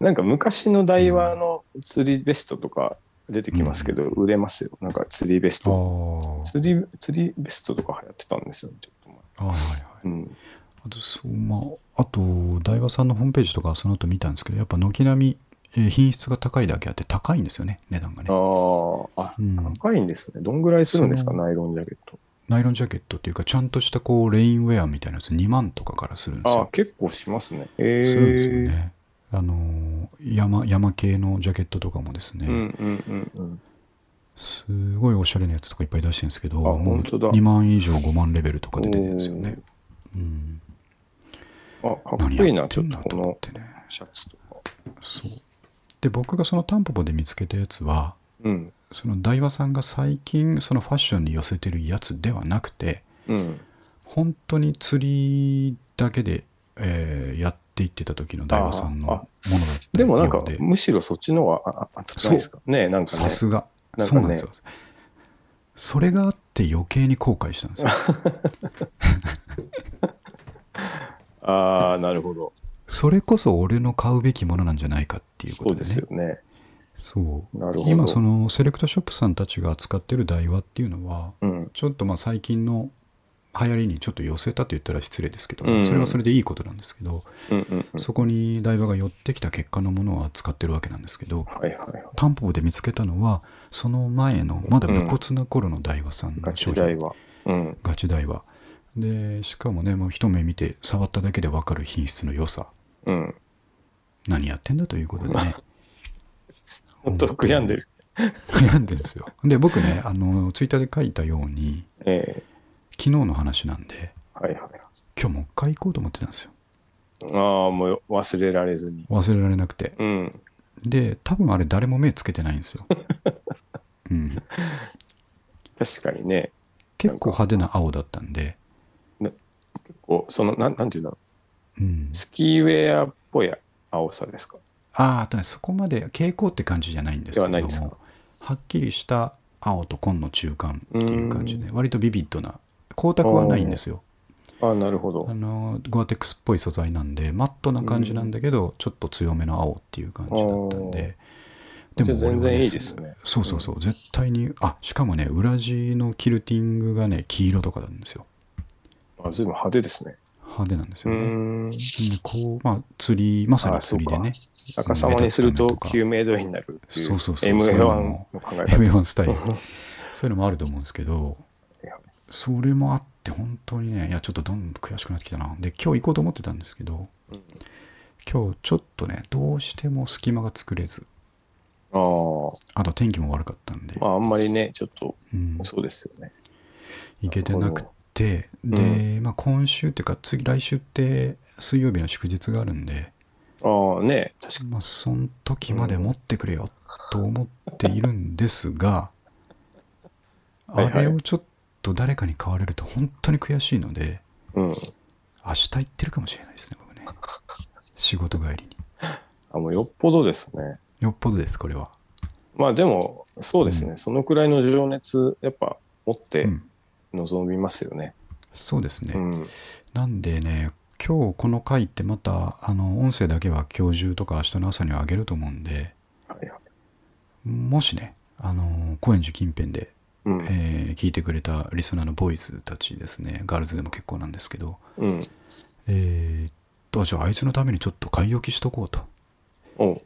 Speaker 2: なんか昔の台湾の釣りベストとか出てきますけど、売れますよ。なんか釣りベス
Speaker 1: あ
Speaker 2: ト。
Speaker 1: ー
Speaker 2: 釣り釣りベストとか流行ってたんですよ、ちょっと前。
Speaker 1: あーはいはい
Speaker 2: うん、
Speaker 1: あと、そう、まあ、あと、大和さんのホームページとかその後見たんですけど、やっぱ軒並み、えー品質が高いだけあって高いんですよね、値段がね。
Speaker 2: ああ、あ
Speaker 1: うん
Speaker 2: 高いんですね。どんぐらいするんですか、
Speaker 1: そ
Speaker 2: ナイロンジャケット。
Speaker 1: ナイロンジャケットっていうか、ちゃんとしたこう、レインウェアみたいなやつ2万とかからするんです
Speaker 2: ああ、
Speaker 1: よ。
Speaker 2: 結構しますね。えー、
Speaker 1: するんですよね。あのー山、山系のジャケットとかもですね、
Speaker 2: うんうんうんうん。
Speaker 1: すごいおしゃれなやつとかいっぱい出してるんですけど、
Speaker 2: あ
Speaker 1: もう
Speaker 2: 本当だ
Speaker 1: 2万以上5万レベルとかで出てるんですよね。うん。
Speaker 2: あ、かっこ
Speaker 1: 何
Speaker 2: い
Speaker 1: や
Speaker 2: いな、
Speaker 1: っ
Speaker 2: ち
Speaker 1: て
Speaker 2: ょっ
Speaker 1: ん
Speaker 2: と
Speaker 1: だと
Speaker 2: こ
Speaker 1: 思っ
Speaker 2: の
Speaker 1: てね。
Speaker 2: シャツとか。
Speaker 1: そう。で、僕がそのタンポポで見つけたやつは、
Speaker 2: うん。
Speaker 1: その大和さんが最近そのファッションに寄せてるやつではなくて
Speaker 2: うん。
Speaker 1: 本当に釣りだけで、えーやっていってた時の大和さんのものだったようで
Speaker 2: でもなんか、むしろそっちの方がああ熱くないですかねなんかね
Speaker 1: さ。すが、
Speaker 2: なん
Speaker 1: そ
Speaker 2: かね
Speaker 1: うなんですよそれがあって余計に後悔したん ですよ
Speaker 2: ああ、なるほど。
Speaker 1: それこそ俺の買うべきものなんじゃないかっていうこ
Speaker 2: そ
Speaker 1: と
Speaker 2: う
Speaker 1: で
Speaker 2: で
Speaker 1: ね
Speaker 2: すよね。
Speaker 1: そう
Speaker 2: なるほど。
Speaker 1: 今そのセレクトショップさんたちが扱ってる大和っていうのは
Speaker 2: うん。
Speaker 1: ちょっとまあ最近の流行りにちょっと寄せたと言ったら失礼ですけど、
Speaker 2: うん
Speaker 1: それはそれでいいことなんですけど、
Speaker 2: うんうんうん。
Speaker 1: そこに台場が寄ってきた結果のものを扱ってるわけなんですけど、
Speaker 2: はいはいはい。
Speaker 1: 担保で見つけたのは、その前の、まだ武骨な頃の台場さん
Speaker 2: ガ
Speaker 1: の商
Speaker 2: チ
Speaker 1: 品、
Speaker 2: 代は。うん。
Speaker 1: ガチ台場。で、しかもね、もう一目見て、触っただけで分かる品質の良さ、
Speaker 2: うん。
Speaker 1: 何やってんだということでね、
Speaker 2: 本当悔やんでる。
Speaker 1: 悩んでんですよ。で、僕ね、あの、ツイッターで書いたように、
Speaker 2: ええ
Speaker 1: 昨日の話なんで、
Speaker 2: はいはいはい。
Speaker 1: 今日もう一回行こうと思ってたんですよ。
Speaker 2: ああ、もう忘れられずに。
Speaker 1: 忘れられなくて。
Speaker 2: うん。
Speaker 1: で、多分あれ誰も目つけてないんです よ。うん、
Speaker 2: 確かにね、
Speaker 1: 結構派手な青だったんで、
Speaker 2: 結構、その、なんなんていうんだろ
Speaker 1: うん
Speaker 2: う。、スキーウェアっぽい青さですか。
Speaker 1: あーあとねそこまで傾向って感じじゃないんですけ
Speaker 2: では
Speaker 1: ど
Speaker 2: ないですか
Speaker 1: もはっきりした青と紺の中間っていう感じで割とビビッドな光沢はないんですよ
Speaker 2: ああ、なるほど
Speaker 1: あ。のゴアテックスっぽい素材なんでマットな感じなんだけど、ちょっと強めの青っていう感じだったんで
Speaker 2: じゃあ
Speaker 1: 俺は
Speaker 2: 全然いいですね。
Speaker 1: そうそうそう、絶対にあしかもね裏地のキルティングがね黄色とかなんですよ
Speaker 2: あ、随分派手ですね。
Speaker 1: 派手なんです
Speaker 2: う
Speaker 1: よね、
Speaker 2: ん。
Speaker 1: でこうまあ釣りまさ
Speaker 2: あ
Speaker 1: に
Speaker 2: そう
Speaker 1: 釣
Speaker 2: か
Speaker 1: りでね
Speaker 2: 逆さまにする
Speaker 1: うん
Speaker 2: と
Speaker 1: レタス種
Speaker 2: 救命胴衣になるっていう。
Speaker 1: そうそうそう
Speaker 2: MA1
Speaker 1: そう
Speaker 2: の考え方。
Speaker 1: M1 スタイルそういうのもあると思うんですけど
Speaker 2: いや、
Speaker 1: それもあって、本当にね、いや、ちょっとどんどん悔しくなってきたな。で、今日行こうと思ってたんですけど、
Speaker 2: うん
Speaker 1: 今日ちょっとね、どうしても隙間が作れず、
Speaker 2: ああ、
Speaker 1: あと天気も悪かったんで、
Speaker 2: まああんまりね、ちょっと
Speaker 1: うん、
Speaker 2: そうですよね。
Speaker 1: 行けてなくて、
Speaker 2: なるほど
Speaker 1: で、まあ、今週っていうか、次、来週って水曜日の祝日があるんで、
Speaker 2: ああ、ね、確か
Speaker 1: まあ、その時まで持ってくれよと思っているんですが、
Speaker 2: はいはい
Speaker 1: あれをちょっと誰かに買われると本当に悔しいので、
Speaker 2: に。うん。
Speaker 1: 明日行ってるかもしれないですね、僕ね。仕事帰りに。
Speaker 2: あ、もうよっぽどですね。
Speaker 1: よっぽどです、これは。
Speaker 2: まあでも、そうですね、
Speaker 1: うん
Speaker 2: そのくらいの情熱、やっぱ持っ
Speaker 1: う
Speaker 2: て
Speaker 1: ん、
Speaker 2: 臨みますよね。
Speaker 1: そうですね、
Speaker 2: うん。
Speaker 1: なんでね、今日この回ってまた、あの、音声だけは今日中とか明日の朝には上げると思うんで、
Speaker 2: はいはい
Speaker 1: もしね、あの、高円寺近辺で、
Speaker 2: うん。
Speaker 1: えー聞いてくれたリスナーのボーイズたちですね、ガールズでも結構なんですけど、
Speaker 2: うん。
Speaker 1: えーっと、じゃああいつのためにちょっと買い置きしとこうと。
Speaker 2: おう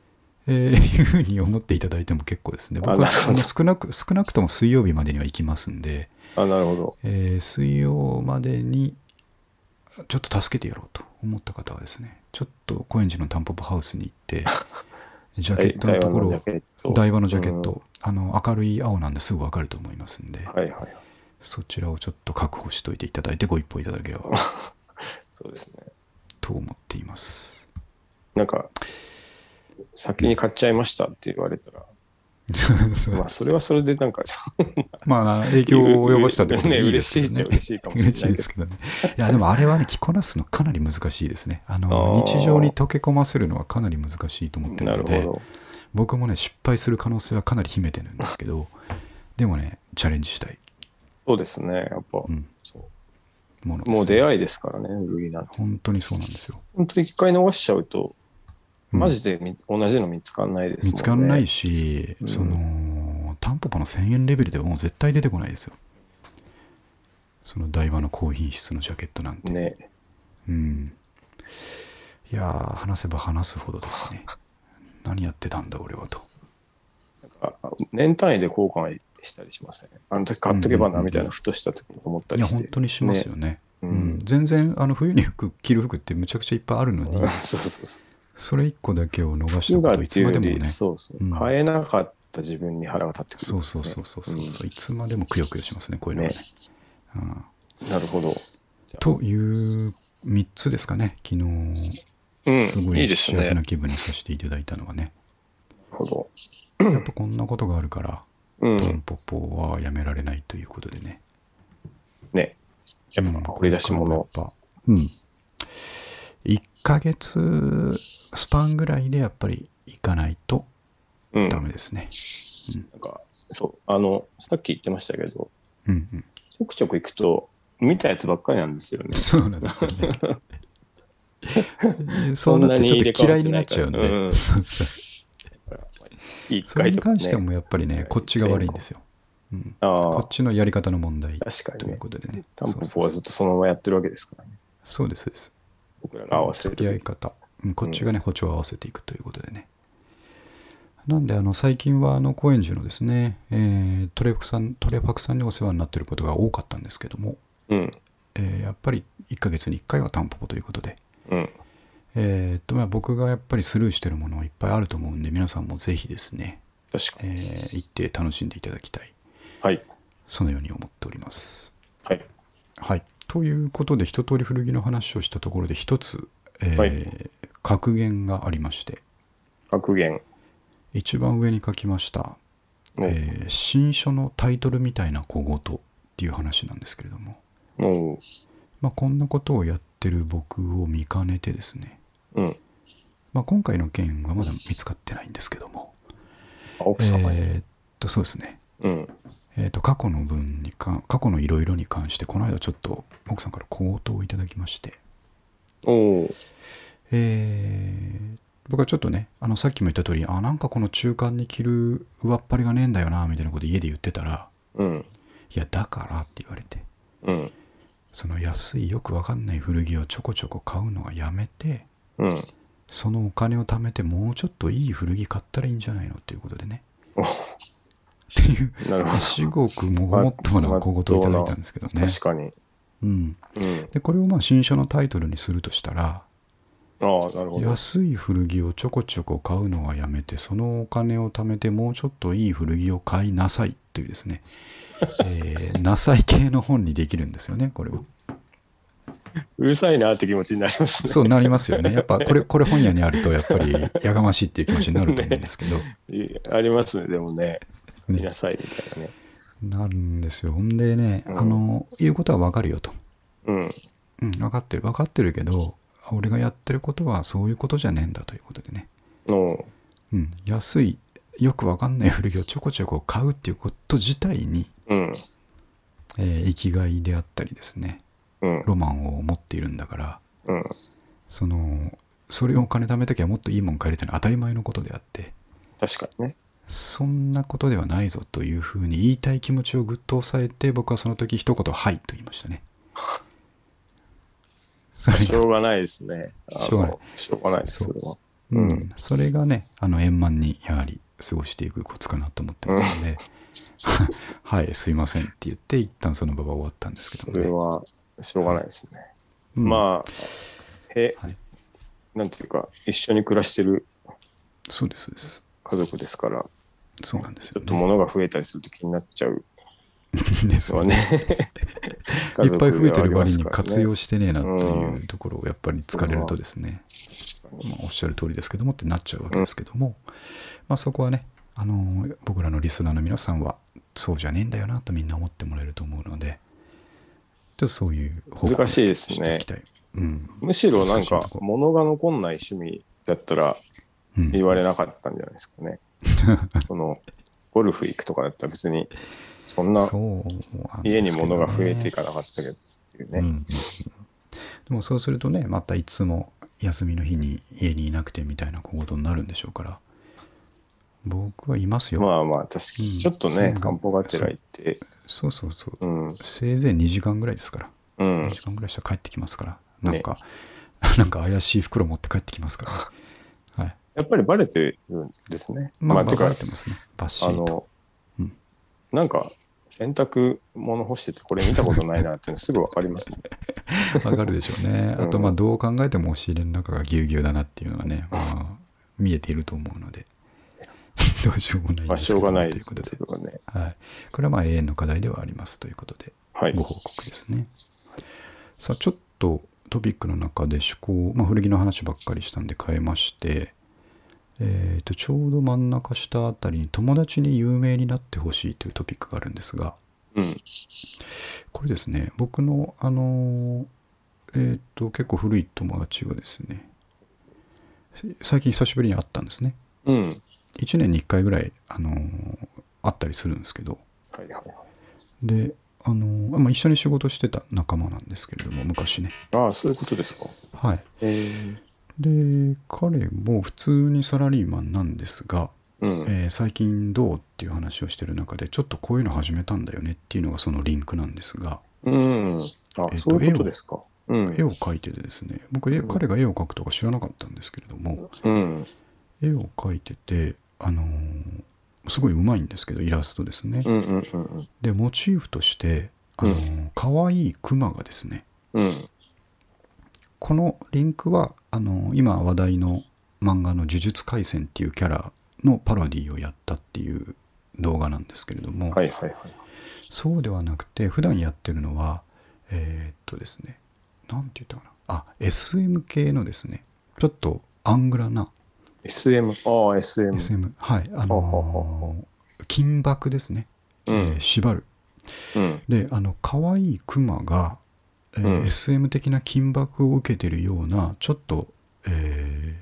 Speaker 1: えーいうふうに思っていただいても結構ですね。僕
Speaker 2: あな
Speaker 1: は
Speaker 2: るほど
Speaker 1: あの少なく、少なくとも水曜日までには行きますんで、
Speaker 2: あ、なるほど。
Speaker 1: えー水曜までにちょっと助けてやろうと思った方はですねちょっと高円寺のタンポポハウスに行って ジャケットのところ
Speaker 2: 台
Speaker 1: を
Speaker 2: 湾のジャケット
Speaker 1: 台場のジャケット、あの明るい青なんですぐ分かると思いますんで、
Speaker 2: うんはいはい。
Speaker 1: そちらをちょっと確保しといていただいてご一報いただけれ ば
Speaker 2: そうですね。
Speaker 1: と思っています
Speaker 2: なんか、先に買っちゃいましたって言われたら、まあ、それはそれでなんか、
Speaker 1: まあ影響を及ぼしたってことでいいですけどね
Speaker 2: ね嬉しいっちゃ嬉しいかもしれない
Speaker 1: 嬉しいですけどねいやでもあれはね着こなすのかなり難しいですねあの
Speaker 2: あー
Speaker 1: 日常に溶け込ませるのはかなり難しいと思って
Speaker 2: な
Speaker 1: る
Speaker 2: る
Speaker 1: の
Speaker 2: ほ
Speaker 1: で
Speaker 2: ど。
Speaker 1: 僕もね失敗する可能性はかなり秘めてるんですけどでもねチャレンジしたい
Speaker 2: そうですね、やっぱ、
Speaker 1: うん
Speaker 2: そ
Speaker 1: もので
Speaker 2: う
Speaker 1: す、ね、
Speaker 2: もう出
Speaker 1: い
Speaker 2: 会いですからね、古着なんて。
Speaker 1: 本当にそうなんですよ、
Speaker 2: 本当に一回逃しちゃうと、
Speaker 1: うん
Speaker 2: マジでみ、同じの見つかんないですもんね。
Speaker 1: 見つかんないし、
Speaker 2: うん
Speaker 1: そのタンポポの1000円レベルではもう絶対出てこないですよその台場の高品質のジャケットなんて、
Speaker 2: ね。
Speaker 1: うんいやー話せば話すほどですね 何やってたんだ俺はと
Speaker 2: あ年単位で交換したりしません、あの時買っとけばなみたいなふとした時に思った
Speaker 1: い
Speaker 2: り
Speaker 1: や
Speaker 2: して。
Speaker 1: 本当にしますよね
Speaker 2: う
Speaker 1: うん
Speaker 2: ん。
Speaker 1: 全然あの冬に服着る服ってむちゃくちゃいっぱいあるのに
Speaker 2: そうそうそう。
Speaker 1: それ一個だけを逃した
Speaker 2: 今
Speaker 1: こ
Speaker 2: っ
Speaker 1: とい
Speaker 2: て
Speaker 1: つ
Speaker 2: い
Speaker 1: ま
Speaker 2: う
Speaker 1: で
Speaker 2: よ
Speaker 1: も
Speaker 2: り、
Speaker 1: ね
Speaker 2: そうそう、
Speaker 1: うん
Speaker 2: 買えなかった自分に腹が立ってくる、
Speaker 1: そうそうそうそうそう、
Speaker 2: う
Speaker 1: いつまでもくよくよしますねこういうのはね
Speaker 2: ね
Speaker 1: うん、
Speaker 2: んなるほど。
Speaker 1: という3つですかね昨日
Speaker 2: うん、
Speaker 1: すご
Speaker 2: い
Speaker 1: い
Speaker 2: いです
Speaker 1: 幸
Speaker 2: ね。
Speaker 1: せ
Speaker 2: な
Speaker 1: な
Speaker 2: る
Speaker 1: 気分にさせていただいたのがね
Speaker 2: ほど。
Speaker 1: やっぱこんなことがあるから、
Speaker 2: う
Speaker 1: タン
Speaker 2: ん。
Speaker 1: ポポはやめられないということでね
Speaker 2: ね。やっぱ掘り出し
Speaker 1: うん
Speaker 2: 物
Speaker 1: こ。れからもやっぱうん1ヶ月スパンぐらいでやっぱり行かないと
Speaker 2: うん。
Speaker 1: ダ
Speaker 2: なん
Speaker 1: メですね、
Speaker 2: か、そう、あの、さっき言ってましたけど、
Speaker 1: うん、うん
Speaker 2: ちょくちょく行くと、見たやつばっかりなんですよね。
Speaker 1: そうなんですよ ね。そ
Speaker 2: そ
Speaker 1: うんなっ
Speaker 2: な
Speaker 1: て
Speaker 2: に入
Speaker 1: ちょ
Speaker 2: れ
Speaker 1: っと
Speaker 2: 替
Speaker 1: 嫌
Speaker 2: わっ
Speaker 1: い
Speaker 2: て
Speaker 1: にな
Speaker 2: な
Speaker 1: っ
Speaker 2: いか
Speaker 1: ちゃ
Speaker 2: ら
Speaker 1: うんで、
Speaker 2: うん
Speaker 1: そうそう
Speaker 2: 一
Speaker 1: それ
Speaker 2: 回
Speaker 1: に
Speaker 2: とか、
Speaker 1: 関
Speaker 2: ね、
Speaker 1: してもやっぱりね、こっちが悪いんですよ。うん
Speaker 2: あ
Speaker 1: こ
Speaker 2: あ
Speaker 1: っ、ちのやり方の問題
Speaker 2: 確か
Speaker 1: とい
Speaker 2: に
Speaker 1: う
Speaker 2: ね。
Speaker 1: ことでね。
Speaker 2: タンポ
Speaker 1: そ
Speaker 2: ポ
Speaker 1: う
Speaker 2: はずっとそのままやってるわけですからね。
Speaker 1: そうです、そうです。
Speaker 2: 僕らが合わせ
Speaker 1: 付き合い
Speaker 2: る。
Speaker 1: 方。うんこっちがね、歩調を合わせていくということでね。なんで、あの、最近は、あの、高円寺のですね、えートレファクさん、トレファクさんにお世話になっていることが多かったんですけども、
Speaker 2: うん。
Speaker 1: えーやっぱり1ヶ月に1回はタンポポということで、
Speaker 2: うん。
Speaker 1: えーっとまあ、僕がやっぱりスルーしてるものいっぱいあると思うんで皆さんもぜひですね、
Speaker 2: 確か
Speaker 1: え
Speaker 2: に。
Speaker 1: ー行って楽しんでいただきたい
Speaker 2: はい。
Speaker 1: そのように思っております。
Speaker 2: はい。
Speaker 1: はい、ということで一通り古着の話をしたところで一つ、えー
Speaker 2: はい
Speaker 1: 格言がありまして、
Speaker 2: 格言。
Speaker 1: 一番上に書きました、
Speaker 2: ね
Speaker 1: えー新書のタイトルみたいな小言っていう話なんですけれども、
Speaker 2: おう
Speaker 1: まあ、こんなことをやってる僕を見かねてですね、
Speaker 2: うん。
Speaker 1: まあ、今回の件はまだ見つかってないんですけども、
Speaker 2: あ奥様に。
Speaker 1: えーっと、そうですね。
Speaker 2: うん。
Speaker 1: えーっと、過去の文にか、過去のいろいろに関して、この間ちょっと奥さんから口頭をいただきまして、
Speaker 2: おう
Speaker 1: えー僕はちょっとね、あの、さっきも言った通り、あ、なんかこの中間に着る上っ張りがねえんだよな、みたいなこと家で言ってたら、
Speaker 2: うん。
Speaker 1: いや、だからって言われて、
Speaker 2: うん。
Speaker 1: その安いよくわかんない古着をちょこちょこ買うのはやめて、
Speaker 2: うん。
Speaker 1: そのお金を貯めてもうちょっといい古着買ったらいいんじゃないのっていうことでね。
Speaker 2: お
Speaker 1: っていう、
Speaker 2: なるほ
Speaker 1: 至極もごもっともな小言をいただいたんですけど
Speaker 2: ど。
Speaker 1: ね。
Speaker 2: 確かに。
Speaker 1: うん、
Speaker 2: うん。
Speaker 1: でこれをまあ新書のタイトルにするとしたら、
Speaker 2: ああ、なるほど。
Speaker 1: 安い古着をちょこちょこ買うのはやめてそのお金を貯めてもうちょっといい古着を買いなさいというですね、えーなさい系の本にできるんですよねこれは
Speaker 2: うるさいなって気持ちになりますね。
Speaker 1: そうなりますよねやっぱこれ これ本屋にあるとやっぱりやがましいっていう気持ちになると思うんですけど、
Speaker 2: いありますね、でもね。見
Speaker 1: ね
Speaker 2: な、さいみたいなね。
Speaker 1: なるんですよほんでね、
Speaker 2: うん
Speaker 1: あの言うことはわかるよと、
Speaker 2: うん。
Speaker 1: うん、分かってる分かってるけど俺がやってることはそういうことじゃねえんだということでね
Speaker 2: おう
Speaker 1: うん、安いよくわかんない古着をちょこちょこ買うっていうこと自体に、
Speaker 2: うん。
Speaker 1: えー生きがいであったりですね
Speaker 2: うん。
Speaker 1: ロマンを持っているんだから
Speaker 2: うん。
Speaker 1: そのそれをお金貯めときゃもっといいもん買えるってのは当たり前のことであって
Speaker 2: 確かにね。
Speaker 1: そんなことではないぞというふうに言いたい気持ちをぐっと抑えて僕はその時一言「はい」と言いましたね。それ
Speaker 2: しょうがないですね。あの
Speaker 1: しょうがない。
Speaker 2: しょうがないです、それは。
Speaker 1: う
Speaker 2: うん
Speaker 1: ん、それがねあの円満にやはり過ごしていくコツかなと思ってますので 「はいすいません」って言って一旦その場は終わったんですけ
Speaker 2: そ
Speaker 1: ど、ね、
Speaker 2: れは、しょうがないですね。
Speaker 1: うん
Speaker 2: まあ、へ、
Speaker 1: はい
Speaker 2: なんていうか、一緒に暮らしてる
Speaker 1: そうですそうです
Speaker 2: 家族ですから、
Speaker 1: そうなんです
Speaker 2: ちょ
Speaker 1: よ、
Speaker 2: っと
Speaker 1: ね、
Speaker 2: 物が増えたりすると気になっちゃう
Speaker 1: です
Speaker 2: の はね。
Speaker 1: いっぱい増えてる割に活
Speaker 2: 活用
Speaker 1: 用してねえなって
Speaker 2: う
Speaker 1: い
Speaker 2: ん
Speaker 1: うところをやっぱり疲れるとですね、まあ、おっしゃる通りですけどもってなっちゃうわけですけども、まあ、そこはねあのー僕らのリスナーの皆さんはそうじゃねえんだよなとみんな思ってもらえると思うのでちょっとそういう方向
Speaker 2: 難しいですね
Speaker 1: していきたいうん
Speaker 2: むしろなん
Speaker 1: 難しい
Speaker 2: か
Speaker 1: とこ
Speaker 2: 物が残んない趣味だったら
Speaker 1: うん
Speaker 2: 言われなかったんじゃないですかね。 そのゴルフ行くとかだったら別にそんな
Speaker 1: そう
Speaker 2: 家に物が増えてい
Speaker 1: か
Speaker 2: かなかったけどっていう
Speaker 1: ね。うんう
Speaker 2: ね。
Speaker 1: んでもそうするとねまたいつも休みの日に家にいなくてみたいなことになるんでしょうから僕はいますよ、
Speaker 2: まあまあ確か
Speaker 1: うん
Speaker 2: にちょっと
Speaker 1: 全
Speaker 2: ね
Speaker 1: 然
Speaker 2: 散歩がてら行って
Speaker 1: そうそうそう
Speaker 2: うん
Speaker 1: せいぜい2時間ぐらいですから
Speaker 2: うん
Speaker 1: 2時間ぐらいしたら帰ってきますからなんか、 なんか怪しい袋持って帰ってきます から、はい、
Speaker 2: やっぱりバレてるんですね。
Speaker 1: まあ、
Speaker 2: まあ
Speaker 1: ま
Speaker 2: て
Speaker 1: か
Speaker 2: か
Speaker 1: れてますねバッシ
Speaker 2: あ
Speaker 1: リと
Speaker 2: の
Speaker 1: うん
Speaker 2: なんか洗濯物干しててこれ見たことないなっていうのすぐわかり ますね。
Speaker 1: わかるでしょうね
Speaker 2: うん
Speaker 1: あとまあどう考えても押し入れの中がぎゅうぎゅうだなっていうのは ね、まあ、見えていると思うので どうしようもないん
Speaker 2: まあ
Speaker 1: です
Speaker 2: し
Speaker 1: け
Speaker 2: ょ
Speaker 1: ど
Speaker 2: うがないで
Speaker 1: と
Speaker 2: す
Speaker 1: いう
Speaker 2: ね
Speaker 1: こと
Speaker 2: そ
Speaker 1: で、
Speaker 2: れはね。
Speaker 1: はい、これはまあ永遠の課題ではありますということで
Speaker 2: はい
Speaker 1: ご。報告ですね。さあ、ちょっとトピックの中で趣向、まあ、古着の話ばっかりしたんで変えまして、えー、とちょうど真ん中下あたりに友達に有名になってほしいというトピックがあるんですが、
Speaker 2: うん
Speaker 1: これですね、僕の、あのーえー、と結構古い友達がですね、最近久しぶりに会ったんですね。
Speaker 2: うん
Speaker 1: 1年に1回ぐらい、あのー会ったりするんですけど、
Speaker 2: はいはいはい。
Speaker 1: で、あのーまあ、一緒に仕事してた仲間なんですけれども、昔ね。
Speaker 2: ああ、そういうことですか。
Speaker 1: はい。
Speaker 2: え
Speaker 1: で、彼も普通にサラリーマンなんですが、
Speaker 2: うん。
Speaker 1: えー最近どうっていう話をしてる中で、ちょっとこういうの始めたんだよねっていうのがそのリンクなんですが、
Speaker 2: うん。あ、
Speaker 1: と
Speaker 2: そういうことですか。うん。
Speaker 1: 絵を描いててですね、僕、絵彼が絵を描くとか知らなかったんですけれども、
Speaker 2: うん。
Speaker 1: 絵を描いてて、あのーすごい上手いんですけど、イラストですね
Speaker 2: う。んうんうん
Speaker 1: で、モチーフとして、あのー可愛いクマがですね、
Speaker 2: うん。うん。
Speaker 1: このリンクはあの今話題の漫画の「呪術廻戦」っていうキャラのパロディをやったっていう動画なんですけれども、
Speaker 2: はいはいはい。
Speaker 1: そうではなくて普段やってるのはえーっとですねなんて言ったかな。あ、SM 系のですね、ちょっとアングラな
Speaker 2: SM、ああ、SM。
Speaker 1: SM、はい、あ
Speaker 2: ほうほうほう
Speaker 1: のー金箔ですね、
Speaker 2: うん
Speaker 1: えー縛る。
Speaker 2: うん。
Speaker 1: で、あの、可愛いクマが、えー
Speaker 2: うん
Speaker 1: SM 的な金箔を受けてるような、ちょっと、え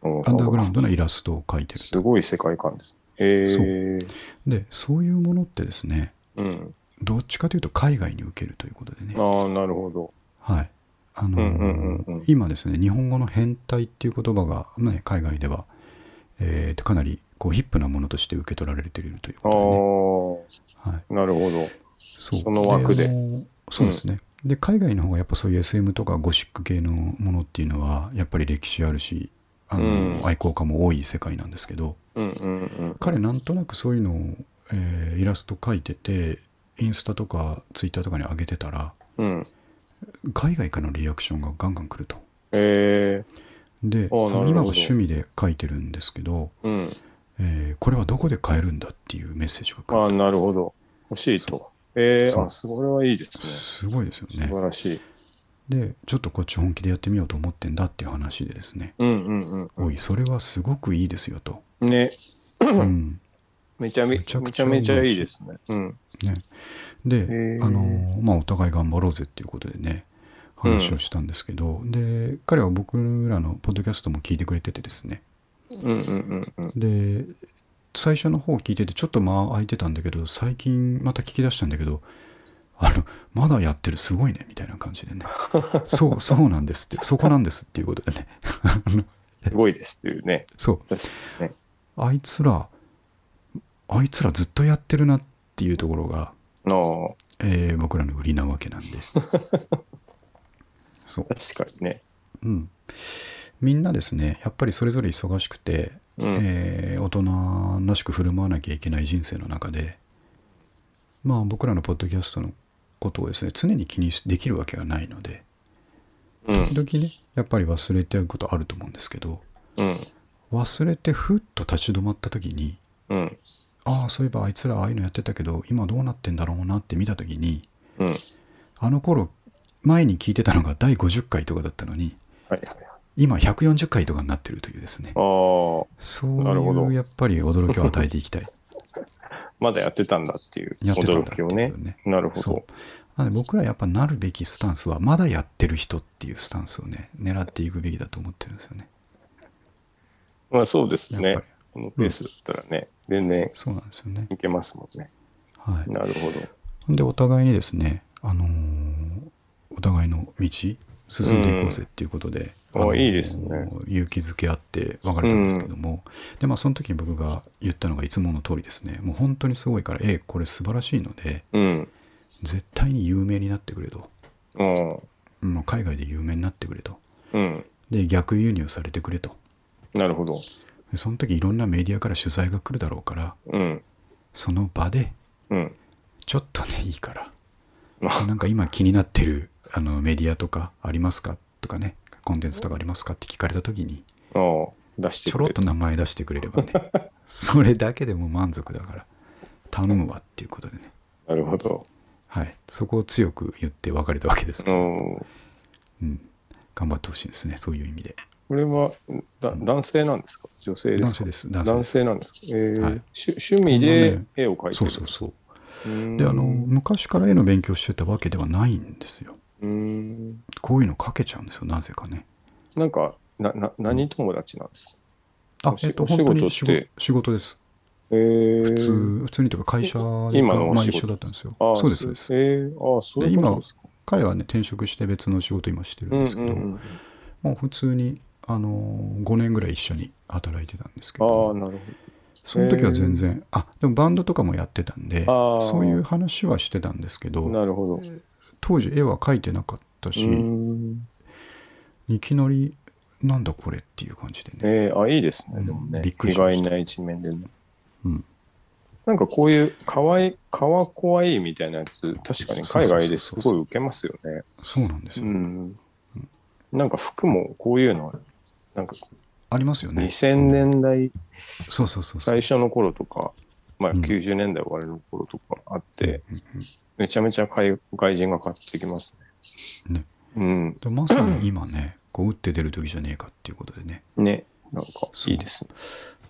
Speaker 2: お
Speaker 1: ーアンダーグラウンドなイラストを描いてる
Speaker 2: す
Speaker 1: と。
Speaker 2: ごい世界観です。へえ
Speaker 1: で、そういうものってですね、
Speaker 2: うん。
Speaker 1: どっちかというと海外に受けるということでね。
Speaker 2: ああ、なるほど。
Speaker 1: はい。あの
Speaker 2: うんうんうんうん
Speaker 1: 今ですね、日本語の変態っていう言葉が、ね、海外では、えーとかなりこうヒップなものとして受け取られているという
Speaker 2: ああ
Speaker 1: こ、とでね。はい、
Speaker 2: なるほど。
Speaker 1: そう
Speaker 2: その枠で
Speaker 1: あのそうですね。で、海外の方がやっぱそういう SM とかゴシック系のものっていうのは、やっぱり歴史あるし、あの
Speaker 2: うん
Speaker 1: 愛好家も多い世界なんですけど、
Speaker 2: うんうんうん。
Speaker 1: 彼なんとなくそういうのを、えーイラスト描いてて、インスタとかツイッターとかに上げてたら、
Speaker 2: うん。
Speaker 1: 海外からのリアクションがガンガン来ると。
Speaker 2: え
Speaker 1: で、
Speaker 2: ああなるほど
Speaker 1: 今は趣味で書いてるんですけど、
Speaker 2: えうん。
Speaker 1: えーこれはどこで買えるんだっていうメッセージが
Speaker 2: あ
Speaker 1: 来
Speaker 2: あ、
Speaker 1: る。
Speaker 2: なるほど。欲しいと。ええ
Speaker 1: そう
Speaker 2: あ、それはいいです
Speaker 1: すごいですよ
Speaker 2: ね。素
Speaker 1: ね。
Speaker 2: 晴らしい。
Speaker 1: で、ちょっとこっち本気でやってみようと思ってんだっていう話でですね、
Speaker 2: うんうんう
Speaker 1: おい、それはすごくいいですよ と。
Speaker 2: ん。ね、
Speaker 1: うん
Speaker 2: めちゃめ
Speaker 1: め
Speaker 2: ち
Speaker 1: ちゃ
Speaker 2: ゃ
Speaker 1: く
Speaker 2: め
Speaker 1: ち
Speaker 2: ち
Speaker 1: ゃい
Speaker 2: ゃ
Speaker 1: い
Speaker 2: めちゃいいですね。うん。
Speaker 1: ね、で、
Speaker 2: ー
Speaker 1: あのーまあ、お互い頑張ろうぜっていうことでね、話をしたんですけど、で、彼は僕らのポッドキャストも聞いてくれててですね、
Speaker 2: うんうんうんうん。
Speaker 1: で最初の方聞いててちょっと間空いてたんだけど最近また聞き出したんだけどあのまだやってるすごいねみたいな感じでねそうそうなんですってそこなんですっていうことでねあの
Speaker 2: すごいですっていうね。
Speaker 1: そう
Speaker 2: 確かにね。
Speaker 1: あいつらあいつらずっとやってるなっていうところが、
Speaker 2: ああ、
Speaker 1: えー僕らの売りなわけなんでそう、
Speaker 2: 確かにね。
Speaker 1: うん、みんなですねやっぱりそれぞれ忙しくて
Speaker 2: うん。
Speaker 1: えー大人らしく振る舞わなきゃいけない人生の中で、まあ、僕らのポッドキャストのことをですね常に気にしできるわけがないので
Speaker 2: うん。
Speaker 1: 時々ねやっぱり忘れてることあると思うんですけど
Speaker 2: うん。
Speaker 1: 忘れてふっと立ち止まった時に
Speaker 2: うん。
Speaker 1: ああそういえばあいつらああいうのやってたけど今どうなってんだろうなって見た時に
Speaker 2: うん。はい
Speaker 1: あの頃前に聞いてたのが第50回とかだったのに
Speaker 2: はいはい。
Speaker 1: 今140回とかになってるというですね
Speaker 2: あ
Speaker 1: そ
Speaker 2: なるほ
Speaker 1: うい
Speaker 2: ど
Speaker 1: うやっぱり驚きを与えていき たい
Speaker 2: あ、まだやってたんだっていう
Speaker 1: やってたんだ
Speaker 2: 驚
Speaker 1: って
Speaker 2: き
Speaker 1: いう
Speaker 2: を
Speaker 1: こと
Speaker 2: ね。
Speaker 1: ね
Speaker 2: なるほ
Speaker 1: そう
Speaker 2: ど。
Speaker 1: なので僕らやっぱなるべきスタンスはまだやってる人っていうスタンスをね狙っていくべきだと思ってるんですよね。
Speaker 2: まあそうです
Speaker 1: やっ
Speaker 2: ね
Speaker 1: ぱり。
Speaker 2: このペースだったらね、全然
Speaker 1: そうなんですよね。
Speaker 2: いけますもんね。
Speaker 1: は
Speaker 2: なるほど。
Speaker 1: い、でお互いにですね、あのーお互いの道進んでいこうぜっていうことで、
Speaker 2: うん
Speaker 1: あのー
Speaker 2: あいいですね
Speaker 1: 勇気づけ合って別れたんですけども、でまあその時に僕が言ったのがいつもの通りですねもう本当にすごいからええこれ素晴らしいので
Speaker 2: うん。
Speaker 1: 絶対に有名になってくれと、
Speaker 2: うん。
Speaker 1: うんもう海外で有名になってくれと
Speaker 2: うん。
Speaker 1: で逆輸入されてくれと。
Speaker 2: なるほど。
Speaker 1: でその時いろんなメディアから取材が来るだろうから
Speaker 2: うん。
Speaker 1: その場で
Speaker 2: うん。
Speaker 1: ちょっとねいい から
Speaker 2: あ
Speaker 1: なんか今気になってるあのメディアとかありますかとかねコンテンツとかありますかって聞かれた時に
Speaker 2: ああ、出して
Speaker 1: ち
Speaker 2: く
Speaker 1: ょろ
Speaker 2: れ
Speaker 1: っと名前出してくれれば ねそれだけでも満足だから頼むわっていうことでね
Speaker 2: なるほど。
Speaker 1: はいそこを強く言って別れたわけです
Speaker 2: う、ん。
Speaker 1: うん、頑張ってほしいですねそういう意味で
Speaker 2: これはだ男性なんですか女性ですか
Speaker 1: 男性です男性で
Speaker 2: 男
Speaker 1: す
Speaker 2: 性なんですか、えー
Speaker 1: はい
Speaker 2: しゅ趣味
Speaker 1: こ
Speaker 2: で
Speaker 1: んなね
Speaker 2: 絵を描いて
Speaker 1: そう
Speaker 2: る。
Speaker 1: そうそう
Speaker 2: うーん
Speaker 1: であの昔から絵の勉強してたわけではないんですよ
Speaker 2: うーん。
Speaker 1: こういうの書けちゃうんですよなぜかね
Speaker 2: なんか、なな何友達なんですか
Speaker 1: あ
Speaker 2: お、仕
Speaker 1: えっと、
Speaker 2: お
Speaker 1: 本
Speaker 2: 仕
Speaker 1: 当に
Speaker 2: 事
Speaker 1: 仕事
Speaker 2: って
Speaker 1: 仕事です。
Speaker 2: えー、
Speaker 1: 普通、普通にというか会社が
Speaker 2: 今のお
Speaker 1: まあ
Speaker 2: 仕事
Speaker 1: 一緒だったんですよ。
Speaker 2: あ
Speaker 1: そうです、そうです。
Speaker 2: えー、ああ、そう
Speaker 1: で
Speaker 2: いうこ
Speaker 1: 今
Speaker 2: とですか。
Speaker 1: 彼はね、転職して別の仕事今してるんですけど、
Speaker 2: うん
Speaker 1: もう普通に、あのー、5年ぐらい一緒に働いてたんですけ
Speaker 2: ああ、
Speaker 1: ど、
Speaker 2: なる
Speaker 1: その時は全然、あ、でもバンドとかもやってたんで、
Speaker 2: あー
Speaker 1: そういう話はしてたんですけ
Speaker 2: ほど。
Speaker 1: ど、
Speaker 2: なるほど。う
Speaker 1: 当時絵は描いてなかったし、
Speaker 2: ーん。
Speaker 1: いきなり、なんだこれっていう感じでね。
Speaker 2: えー、あ、いいですね。でもね、
Speaker 1: びっくり
Speaker 2: 意
Speaker 1: しまし
Speaker 2: 外
Speaker 1: た
Speaker 2: な一面でね。
Speaker 1: うん
Speaker 2: なんかこういう、かわいい、かわこいいみたいなやつ、確かに海外です
Speaker 1: そうそうそう
Speaker 2: ご
Speaker 1: そ
Speaker 2: い受けますよね。
Speaker 1: そうなんです
Speaker 2: う
Speaker 1: よ。
Speaker 2: ん。なんか服もこういうの、なんか
Speaker 1: ありますよね。
Speaker 2: 2000年代
Speaker 1: そうそうそうそう。
Speaker 2: 最初の頃とか、まあ
Speaker 1: うん
Speaker 2: 90年代終わりの頃とかあって、
Speaker 1: うんうん
Speaker 2: めちゃめちゃ海外人が買ってきますね。
Speaker 1: ね
Speaker 2: うん。
Speaker 1: でまさに今ね、こう打って出る時じゃねえかっていうことでね。
Speaker 2: ね。なんか、いいです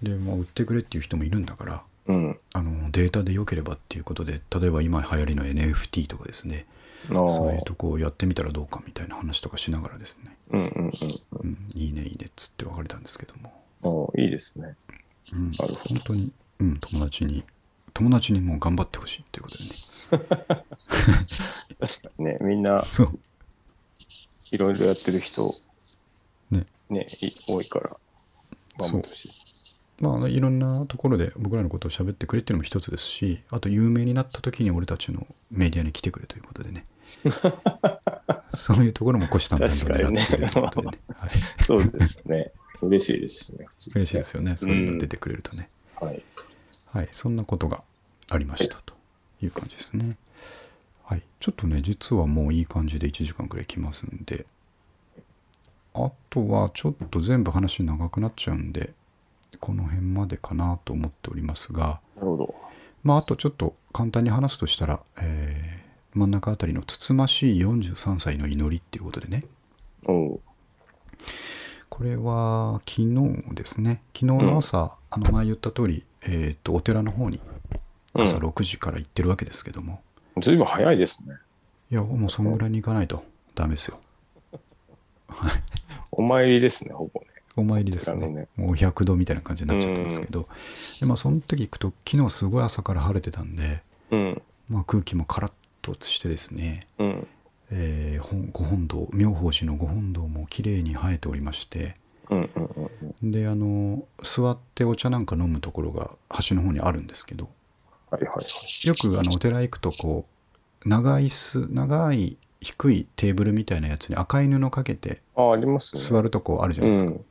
Speaker 2: ね。
Speaker 1: で、まあ、売ってくれっていう人もいるんだから、
Speaker 2: うん。
Speaker 1: あのデータで良ければっていうことで、例えば今流行りの NFT とかですね、
Speaker 2: ああ。
Speaker 1: そういうとこをやってみたらどうかみたいな話とかしながらですね、
Speaker 2: うんうん
Speaker 1: うん、いいねいいねっつって別れたんですけども、
Speaker 2: うん。ああ、いいですね。
Speaker 1: うん、
Speaker 2: なるほど
Speaker 1: 本当に、うん、友達に、友達にもう頑張ってほしいっていうことでね。
Speaker 2: 確かにね、みんな、
Speaker 1: そう。
Speaker 2: いろいろやってる人、
Speaker 1: ね。
Speaker 2: ね、い多いから、頑張ってほしい。
Speaker 1: まああの、いろんなところで僕らのことを喋ってくれっていうのも一つですし、あと有名になった時に俺たちのメディアに来てくれということで ね。そういうところも虎視眈々と狙っているということでね。はい、
Speaker 2: そうですね。嬉しいですね。
Speaker 1: 嬉しいですよね。そういうの出てくれるとね。
Speaker 2: はい。
Speaker 1: はい、そんなことがありましたという感じですね。はい、ちょっとね、実はもういい感じで1時間くらい来ますんで、あとはちょっと全部話長くなっちゃうんで、この辺までかなと思っておりますが、
Speaker 2: なるほど。
Speaker 1: まあ、あとちょっと簡単に話すとしたら、えー真ん中あたりのつつましい43歳の祈りっていうことでね、
Speaker 2: おう。
Speaker 1: これは昨日ですね、昨日の朝、あの前言った通り、えっ、と、お寺の方に朝6時から行ってるわけですけども、
Speaker 2: ずいぶん早いですね。
Speaker 1: いや、もうそんぐらいに行かないとダメですよ。
Speaker 2: お参りですね、ほぼね。
Speaker 1: お参りです
Speaker 2: こちら
Speaker 1: ね。
Speaker 2: のね
Speaker 1: もう100度みたいな感じになっちゃってますけど、でまあ、その時行くと、昨日すごい朝から晴れてたんで、
Speaker 2: うん。
Speaker 1: まあ、空気もカラッとしてですね、
Speaker 2: うん。
Speaker 1: えー本ご本堂、妙法寺のご本堂も綺麗に生えておりまして、
Speaker 2: うんうんうんうん。
Speaker 1: で、あの、座ってお茶なんか飲むところが端の方にあるんですけど、
Speaker 2: はいはいはい。
Speaker 1: よくあのお寺行くとこう長い椅子長い低いテーブルみたいなやつに赤い布かけて
Speaker 2: ああ、ありますね。
Speaker 1: 座るとこあるじゃないですか、
Speaker 2: うん。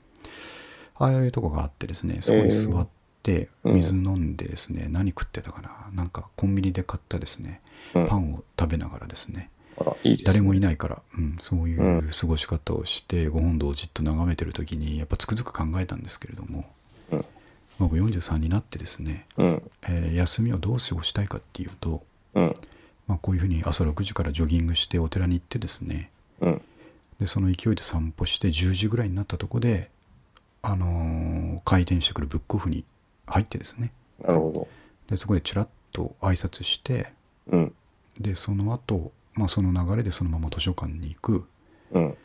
Speaker 1: ああいうとこがあってですねそこに座って
Speaker 2: えー
Speaker 1: 水飲んでですね、何食ってたかななんかコンビニで買ったですね
Speaker 2: うん
Speaker 1: パンを食べながらですね、
Speaker 2: あら、いいですね。
Speaker 1: 誰もいないから、うん、そういうんう過ごし方をしてご本堂をじっと眺めてる時にやっぱつくづく考えたんですけれども
Speaker 2: うん
Speaker 1: 僕43になってですね、
Speaker 2: うん。
Speaker 1: えー休みをどう過ごしたいかっていうと
Speaker 2: うん。
Speaker 1: まあ、こういうふうに朝6時からジョギングしてお寺に行ってですね
Speaker 2: うん。
Speaker 1: でその勢いで散歩して10時ぐらいになったとこで、あのー開店してくるブックオフに入ってですね
Speaker 2: なるほど。
Speaker 1: でそこでちらっと挨拶して
Speaker 2: うん。
Speaker 1: でその後、まあその流れでそのまま図書館に行く
Speaker 2: うん。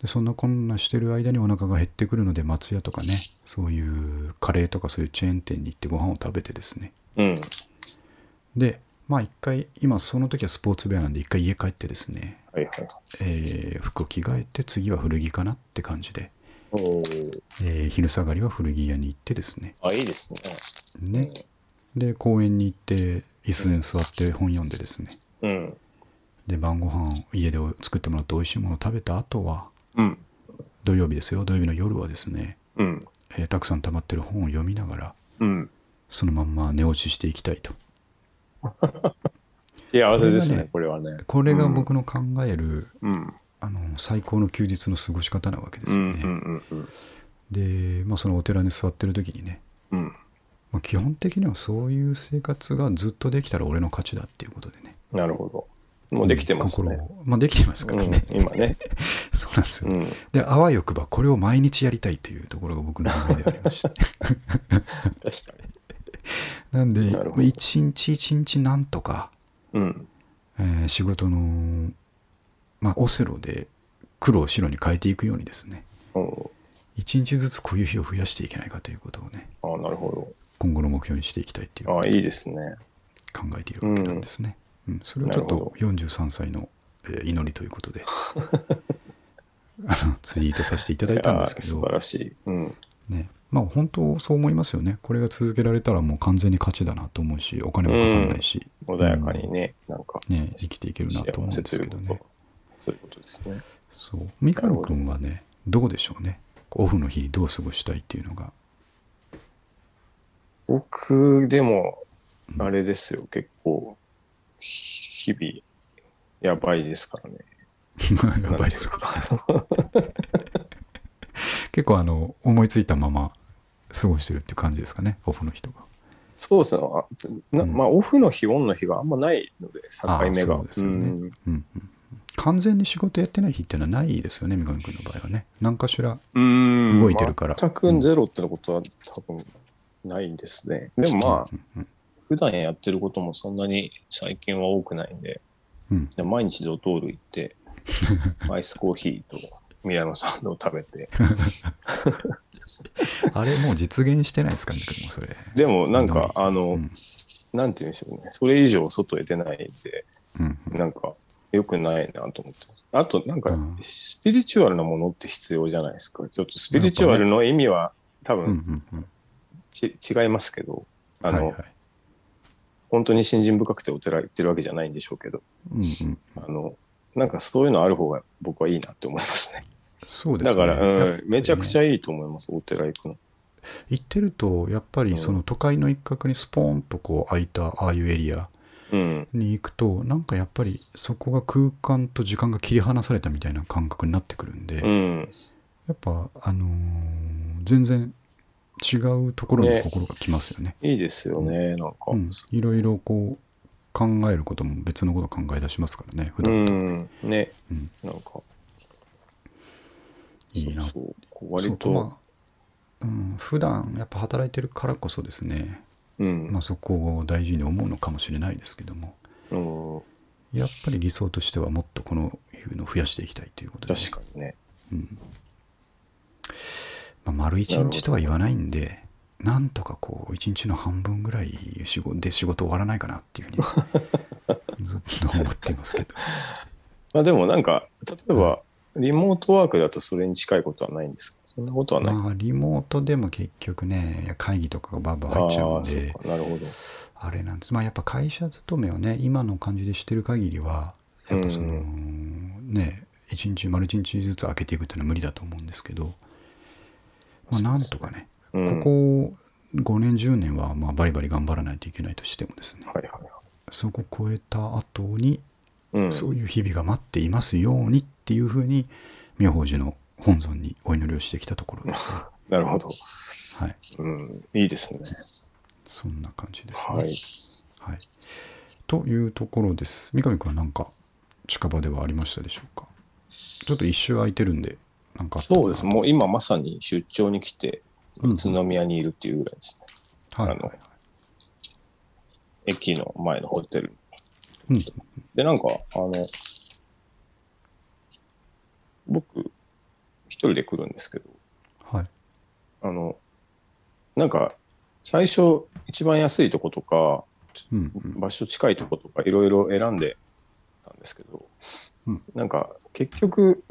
Speaker 1: でそんなこんなしてる間にお腹が減ってくるので松屋とかねそういうカレーとかそういうチェーン店に行ってご飯を食べてですね
Speaker 2: うん。
Speaker 1: でまあ一回今その時はスポーツ部屋なんで一回家帰ってですね
Speaker 2: はいはい。
Speaker 1: えー服を着替えて次は古着かなって感じで、
Speaker 2: おお。
Speaker 1: えー昼下がりは古着屋に行ってですね
Speaker 2: あ、いいですね。
Speaker 1: ねで公園に行って椅子に座って本読んでですね
Speaker 2: うん。
Speaker 1: で晩ご飯を家で作ってもらって美味しいものを食べた後は
Speaker 2: うん。
Speaker 1: 土曜日ですよ土曜日の夜はですね、
Speaker 2: うん。
Speaker 1: えーたくさん溜まってる本を読みながら
Speaker 2: うん。
Speaker 1: そのまんま寝落ちしていきたいと
Speaker 2: 幸せです
Speaker 1: これが
Speaker 2: ね
Speaker 1: ね、
Speaker 2: これはね。
Speaker 1: これが僕の考える、
Speaker 2: うん。
Speaker 1: あの最高の休日の過ごし方なわけで
Speaker 2: う
Speaker 1: すよ
Speaker 2: ん。
Speaker 1: ね、
Speaker 2: うん。うん。
Speaker 1: で、まあ、そのお寺に座ってる時にね
Speaker 2: うん。
Speaker 1: まあ、基本的にはそういう生活がずっとできたら俺の勝ちだっていうことでね。
Speaker 2: なるほど。もうできてます
Speaker 1: うん
Speaker 2: ね。
Speaker 1: 心をまあ、できてますからね。
Speaker 2: うん、今ね。
Speaker 1: そうなんですよ。
Speaker 2: うん。
Speaker 1: で、あわよくばこれを毎日やりたいというところが僕の考えでありま して。
Speaker 2: 確か
Speaker 1: なんで
Speaker 2: なるほど、
Speaker 1: 一日一日なんとか、
Speaker 2: に。うん。
Speaker 1: えー仕事の、まあ、オセロで黒を白に変えていくようにですね、
Speaker 2: うん
Speaker 1: 一日ずつこういう日を増やしていけないかということをね、
Speaker 2: あなるほ
Speaker 1: 今後の目標にしていきたいっていう
Speaker 2: ど。あいいですね。
Speaker 1: 考えているわけなんですね。うん、それをちょっ
Speaker 2: なる
Speaker 1: と43歳の、えー祈りということ であのツイートさせていただいたんですけ
Speaker 2: いや素晴
Speaker 1: ど、
Speaker 2: らしい。うん。
Speaker 1: ね、まあ本当そう思いますよね。これが続けられたらもう完全に勝ちだなと思うし、お金もかかんないし、
Speaker 2: 穏やかにね、なんか、
Speaker 1: ね、生きていけるな
Speaker 2: 幸
Speaker 1: と思うん
Speaker 2: せ
Speaker 1: です
Speaker 2: とい
Speaker 1: け
Speaker 2: うこ
Speaker 1: ど
Speaker 2: と、
Speaker 1: ね。
Speaker 2: そういうことですね。
Speaker 1: そう三上君はね、どうでしょうね。オフの日にどう過ごしたいっていうのが。
Speaker 2: 僕、でも、あれですよ、結構、日々、やばいですからね。
Speaker 1: やばいですか。結構あの、思いついたまま過ごしてるっていう感じですかね、オフの日とか。
Speaker 2: そうですね。あな
Speaker 1: うん
Speaker 2: まあ、オフの日、オンの日があんまないので、境目が。
Speaker 1: あそうですよね
Speaker 2: ん
Speaker 1: うんうん、完全に仕事やってない日っていうのはないですよね、三上君の場合はね。何かしら
Speaker 2: うん
Speaker 1: 動いてるから。
Speaker 2: 全くゼロってことは多分ないんですね。でもまあ、
Speaker 1: うんうん
Speaker 2: 普段やってることもそんなに最近は多くないんで、
Speaker 1: うん
Speaker 2: で毎日ドトール 行って、アイスコーヒーとミラノサンドを食べて、
Speaker 1: あれ、もう実現してないですかね、でもそれ。
Speaker 2: でもなんか、あ
Speaker 1: う
Speaker 2: の、
Speaker 1: ん
Speaker 2: なんて言うんでしょうね、それ以上外へ出ないんで、
Speaker 1: うん
Speaker 2: なんか良くないなと思って。あと、なんか
Speaker 1: うん、
Speaker 2: スピリチュアルなものって必要じゃないですか。ちょっとスピリチュアルの意味は多
Speaker 1: うんう
Speaker 2: 分
Speaker 1: んうん
Speaker 2: ち、違いますけど、あの、
Speaker 1: はいはい
Speaker 2: 本当に信心深くてお寺行ってるわけじゃないんでしょうけど、
Speaker 1: うんうん
Speaker 2: あの、なんかそういうのある方が僕はいいなって思いますね。
Speaker 1: そうですね。
Speaker 2: だから、
Speaker 1: やっ
Speaker 2: う
Speaker 1: ぱりね
Speaker 2: ん、めちゃくちゃいいと思います、お寺行くの。
Speaker 1: 行ってると、やっぱりその都会の一角にスポーンとこう開いた、ああいうエリア
Speaker 2: うん。
Speaker 1: に行くと、なんかやっぱりそこが空間と時間が切り離されたみたいな感覚になってくるんで、
Speaker 2: う
Speaker 1: や
Speaker 2: ん。
Speaker 1: っぱ、あのー全然違うところに
Speaker 2: ね
Speaker 1: 心がきますよね。
Speaker 2: いいですよね、なんか。
Speaker 1: うん、いろいろこう考えることも別のこと考え出しますからね普
Speaker 2: う
Speaker 1: 段と、
Speaker 2: ん。ね、
Speaker 1: うん
Speaker 2: なんか。
Speaker 1: いいな
Speaker 2: そうそうこう割
Speaker 1: そう
Speaker 2: と、
Speaker 1: まあうん、普段やっぱ働いてるからこそですね、
Speaker 2: うん
Speaker 1: まあ、そこを大事に思うのかもしれないですけども
Speaker 2: うん
Speaker 1: やっぱり理想としてはもっとこのいうのを増やしていきたいということで、
Speaker 2: 確かにね。
Speaker 1: うんまあ、丸一日とは言わないんでなんとかこう一日の半分ぐらい仕事で仕事終わらないかなっていうふうにずっと思っていますけど
Speaker 2: まあでもなんか、例えば、リモートワークだとそれに近いことはないんですかそんなことは ない。
Speaker 1: まあ、リモートでも結局ね、いや会議とかがバンバン
Speaker 2: あ
Speaker 1: 入っちゃう
Speaker 2: あ
Speaker 1: ん
Speaker 2: ー、そ
Speaker 1: で、
Speaker 2: うか、なるほど。
Speaker 1: あれなんです。まあ、やっぱ会社勤めをね、今の感じでしてる限りは、やっぱその、
Speaker 2: う
Speaker 1: ね、一日丸一日ずつ開けていくっていうのは無理だと思うんですけど、まあ、なんとかね、
Speaker 2: うん、
Speaker 1: ここ5年、10年は、まあ、バリバリ頑張らないといけないとしてもですね、
Speaker 2: はいはいは
Speaker 1: そこを超えた後に、
Speaker 2: い。うん。
Speaker 1: そういう日々が待っていますようにっていうふうに、妙法寺の本尊にお祈りをしてきたところですね。
Speaker 2: なるほど。
Speaker 1: はい。
Speaker 2: うん。いいですね。
Speaker 1: そんな感じですね。
Speaker 2: はい。
Speaker 1: はい、というところです。三上君は何か近場ではありましたでしょうかちょっと一周空いてるんで、なんかあったかな
Speaker 2: そうです。もう今まさに出張に来て、
Speaker 1: うん
Speaker 2: 宇都宮にいるっていうぐらいですね。
Speaker 1: はいはい
Speaker 2: あ
Speaker 1: は
Speaker 2: の
Speaker 1: い。
Speaker 2: 駅の前のホテル。
Speaker 1: うん
Speaker 2: で、なんか、あの、僕、一人で来るんですけど、
Speaker 1: はい、
Speaker 2: あの、なんか、最初、一番安いとことか、
Speaker 1: うんうん
Speaker 2: 場所近いとことか、いろいろ選んでたんですけど、
Speaker 1: うん
Speaker 2: なんか、結局、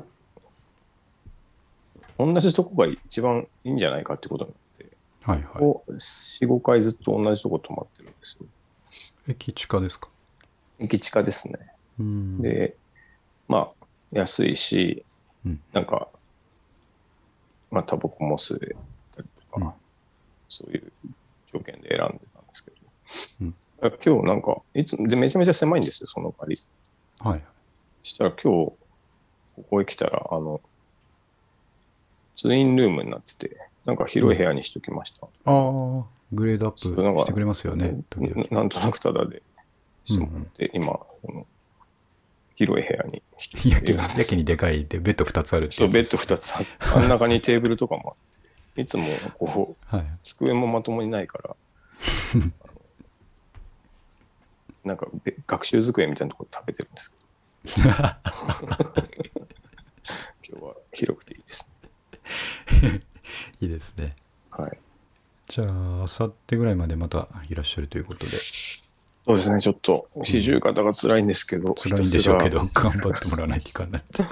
Speaker 2: 同じとこが一番いいんじゃないかってことになって、
Speaker 1: はいは
Speaker 2: こう4、5回ずっと同じとこ泊まってるんですよ。
Speaker 1: い。駅地下ですか
Speaker 2: 駅近ですね。
Speaker 1: うん
Speaker 2: で、まあ、安いし、
Speaker 1: うん
Speaker 2: なんか、まあ、タバコも吸えたりとか、
Speaker 1: うん
Speaker 2: そういう条件で選んでたんですけど、
Speaker 1: うん
Speaker 2: だから今日なんか、いつでめちゃめちゃ狭いんですよ、その借り。
Speaker 1: はい。
Speaker 2: したら今日、ここへ来たら、あの、ツインルームになってて、なんか広い部屋にしときまし
Speaker 1: あ
Speaker 2: た。
Speaker 1: あ、グレードアップ
Speaker 2: そうなんか
Speaker 1: してくれますよね、時々。
Speaker 2: ななんとなくタダでしてもらって、今、この広い部屋に一人
Speaker 1: や
Speaker 2: で
Speaker 1: け
Speaker 2: いるん
Speaker 1: に
Speaker 2: です
Speaker 1: やけにでかいで、ベッド2つあるって
Speaker 2: そう、ベッド
Speaker 1: 2
Speaker 2: 2つあって、真ん中にテーブルとかもあって、いつもこう、
Speaker 1: つ。はい。
Speaker 2: 机もまともにない から、なんかべ学習机みたいなところで食べてるんです けど、今日は広くていいですね。
Speaker 1: いいですね。
Speaker 2: はい。
Speaker 1: じゃあ、あさってぐらいまでまたいらっしゃるということで、
Speaker 2: そうですね、ちょっと、四十肩が辛いんですけど、
Speaker 1: 辛いんでしょうけど、
Speaker 2: ひ
Speaker 1: 頑張ってもらわないといかんなって。
Speaker 2: たすら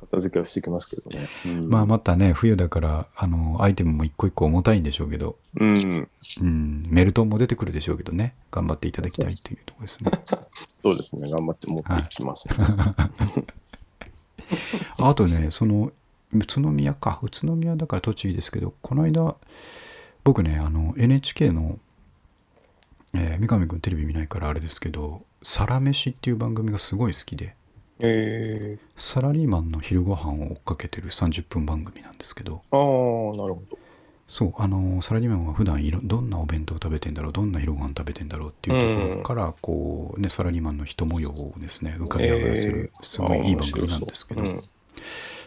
Speaker 2: 片付けをしていきますけどね。うん
Speaker 1: まあ、またね、冬だから、あの、アイテムも一個一個重たいんでしょうけど、
Speaker 2: うん、
Speaker 1: うん、メルトンも出てくるでしょうけどね、頑張っていただきたいっていうところですね。
Speaker 2: そうですね、頑張って持っていきます、ね
Speaker 1: あとね、その、宇都宮か、宇都宮だから栃木ですけど、この間、僕ね、あの、NHK の、えー三上くんテレビ見ないからあれですけど、サラメシっていう番組がすごい好きで、
Speaker 2: え
Speaker 1: サラリーマンの昼ご飯を追っかけてる30分番組なんですけど、
Speaker 2: ー、ああ、なるほど。
Speaker 1: そう、あのサラリーマンは普段いろどんなお弁当を食べてんだろう、どんな色ご飯食べてんだろうっていうところから、こう、ね、サラリーマンの人模様をですね、浮かび上がらせる、
Speaker 2: えー
Speaker 1: すごいいい
Speaker 2: あー
Speaker 1: 番組なんですけど、
Speaker 2: 面
Speaker 1: そ
Speaker 2: 白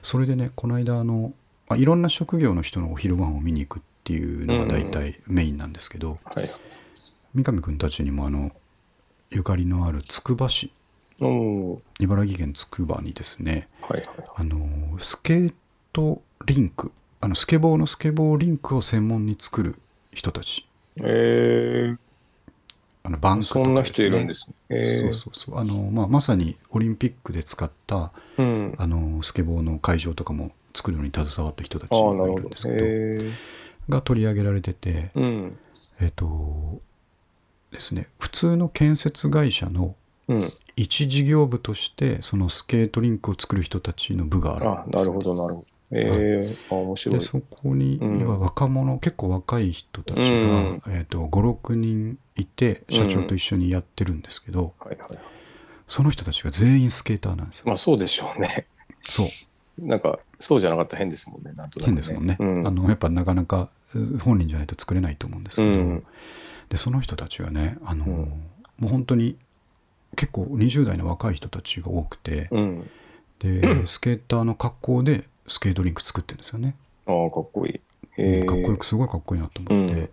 Speaker 2: そ
Speaker 1: れでね、この間、あの、あいろんな職業の人のお昼ご飯を見に行くっていうのが大体メインなんですけど、
Speaker 2: うはい。
Speaker 1: 三上くんたちにもあの、ゆかりのあるつくば市、
Speaker 2: おおー
Speaker 1: 茨城県つくばにですね、
Speaker 2: はいはい。
Speaker 1: あのスケートリンクあのスケボーのスケボーリンクを専門に作る人たち
Speaker 2: え
Speaker 1: あのバン
Speaker 2: ー、
Speaker 1: クと
Speaker 2: そ
Speaker 1: か、
Speaker 2: んな人いるんですすね。え
Speaker 1: そうそうそうあの、まあ、まさにオリンピックで使った
Speaker 2: う。うん。あ
Speaker 1: あのスケボーの会場とかも作るのに携わった人たち
Speaker 2: あ
Speaker 1: が
Speaker 2: ー、ないるほ
Speaker 1: るん
Speaker 2: ど
Speaker 1: です。けど
Speaker 2: えー、
Speaker 1: が取り上げられてて
Speaker 2: うん。
Speaker 1: えっ、とですね普通の建設会社の
Speaker 2: うん。
Speaker 1: 一事業部としてそのスケートリンクを作る人たちの部があるんです
Speaker 2: あ、なるほど、なるほど。ええー、あ面白い
Speaker 1: で。そこに
Speaker 2: うん
Speaker 1: 今若者、結構若い人たちが、
Speaker 2: うん
Speaker 1: えー、と56人いて社長と一緒にやってるんですけど、
Speaker 2: はいはいはい。
Speaker 1: その人たちが全員スケーターなんですよ。
Speaker 2: まあそうでしょうね。
Speaker 1: そう
Speaker 2: なんか、そうじゃなかったら変ですもんね、なんとなく、
Speaker 1: 変ですもんね、
Speaker 2: うん、
Speaker 1: あのやっぱなかなかう本人じゃないと作れないと思うんです
Speaker 2: う
Speaker 1: けど、
Speaker 2: ん。
Speaker 1: でその人たちがねあの、
Speaker 2: うん
Speaker 1: もう本当に結構20代の若い人たちが多くて、
Speaker 2: うん。
Speaker 1: でスケーターの格好でスケートリンク作ってるんですよね。
Speaker 2: ああ、かっこいい。えー、
Speaker 1: かっこよくすごいかっこいいなと思って、
Speaker 2: うん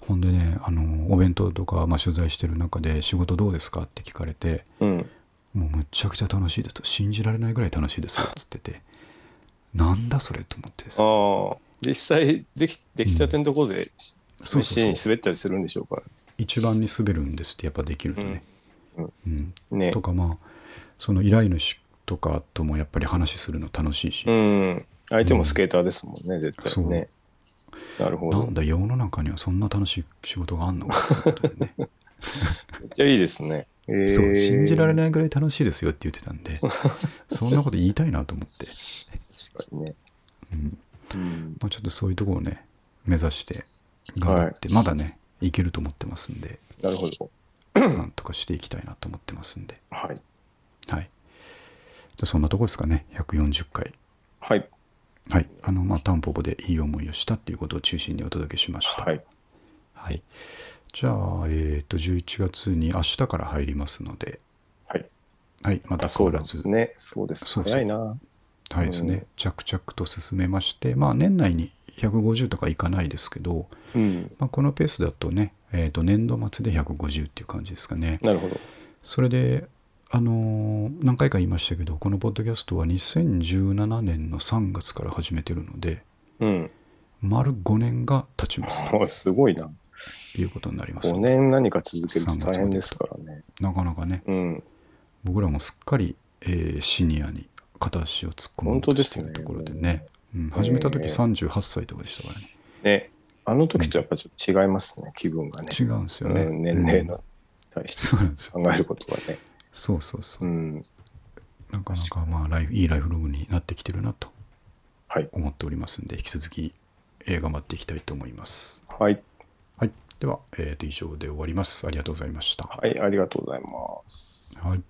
Speaker 1: ほんでねあのお弁当とか、まあ、取材してる中で「仕事どうですか?」って聞かれて
Speaker 2: うん。
Speaker 1: 「もうむちゃくちゃ楽しいです」と「信じられないぐらい楽しいです」っつってて「なんだそれ」と思ってです
Speaker 2: ああ、実際でき、できたてのとこで、
Speaker 1: そう
Speaker 2: シ
Speaker 1: そ
Speaker 2: ー
Speaker 1: う
Speaker 2: ン
Speaker 1: そう
Speaker 2: 滑ったりするんでしょうか
Speaker 1: 一番に滑るんですってやっぱできるとね、
Speaker 2: うん
Speaker 1: うん
Speaker 2: らね
Speaker 1: と。かまあその依頼主とかともやっぱり話するの楽しいし、
Speaker 2: うん。相手もスケーターですもんね、絶対ね。なるほ
Speaker 1: な
Speaker 2: ど。
Speaker 1: ん
Speaker 2: め
Speaker 1: だ世の中にはそんな楽しい仕事があんのかってことでね、
Speaker 2: っちゃいいですね。えー、
Speaker 1: そう信じられ
Speaker 2: い。
Speaker 1: ないぐらい楽しいですよって言ってたん でそんなこと言いたいなと思って、
Speaker 2: 確かにね。
Speaker 1: うん
Speaker 2: うん。
Speaker 1: まあ、ちょっとそういうところをね目指して頑張って、まだねいけると思ってますん で
Speaker 2: なるほど。
Speaker 1: なんとかしていきたいなと思ってますんで
Speaker 2: はい。
Speaker 1: はいじゃあそんなとこですかね140回
Speaker 2: はい。
Speaker 1: はいあのまあタンポポでいい思いをしたっていうことを中心にお届けしました
Speaker 2: はい。
Speaker 1: はいじゃあ、えっと11月に明日から入りますので、
Speaker 2: はい、
Speaker 1: はい、また
Speaker 2: あそ
Speaker 1: 変わ
Speaker 2: うで
Speaker 1: ら
Speaker 2: す
Speaker 1: ず、
Speaker 2: ね。そうです。
Speaker 1: そうそう
Speaker 2: 早いな。
Speaker 1: はいです
Speaker 2: うん
Speaker 1: ね、着々と進めまして、まあ、年内に150とかいかないですけど、
Speaker 2: うん。
Speaker 1: まあ、このペースだとね、えー、と年度末で150っていう感じですかね。
Speaker 2: なるほど。
Speaker 1: それで、あのー何回か言いましたけど、このポッドキャストは2017年の3月から始めてるので、
Speaker 2: うん。
Speaker 1: 丸5年が経ちます
Speaker 2: あすごいな。
Speaker 1: ということになります
Speaker 2: 5。年何か続けると大変ですからね。
Speaker 1: なかなかね、
Speaker 2: うん。
Speaker 1: 僕らもすっかり、えーシニアに片足を突っ込む
Speaker 2: 本当ですね
Speaker 1: ところでね、うん、始めた時
Speaker 2: え
Speaker 1: 38歳とかでしたからね。
Speaker 2: ね。あの時とやっぱちょっと違いますね、気分がね。
Speaker 1: 違うんですよね。
Speaker 2: うん、年齢
Speaker 1: うん
Speaker 2: の対して
Speaker 1: そうなんですよ。
Speaker 2: 考えることがね。
Speaker 1: そうそうそうう。
Speaker 2: ん。
Speaker 1: なかなかまあライフ、いいライフログになってきてるなと
Speaker 2: はい。
Speaker 1: 思っておりますんで、引き続き、えー頑張っていきたいと思います。
Speaker 2: はい。
Speaker 1: はい。では、えーと以上で終わります。ありがとうございました。
Speaker 2: はい、ありがとうございます。
Speaker 1: はい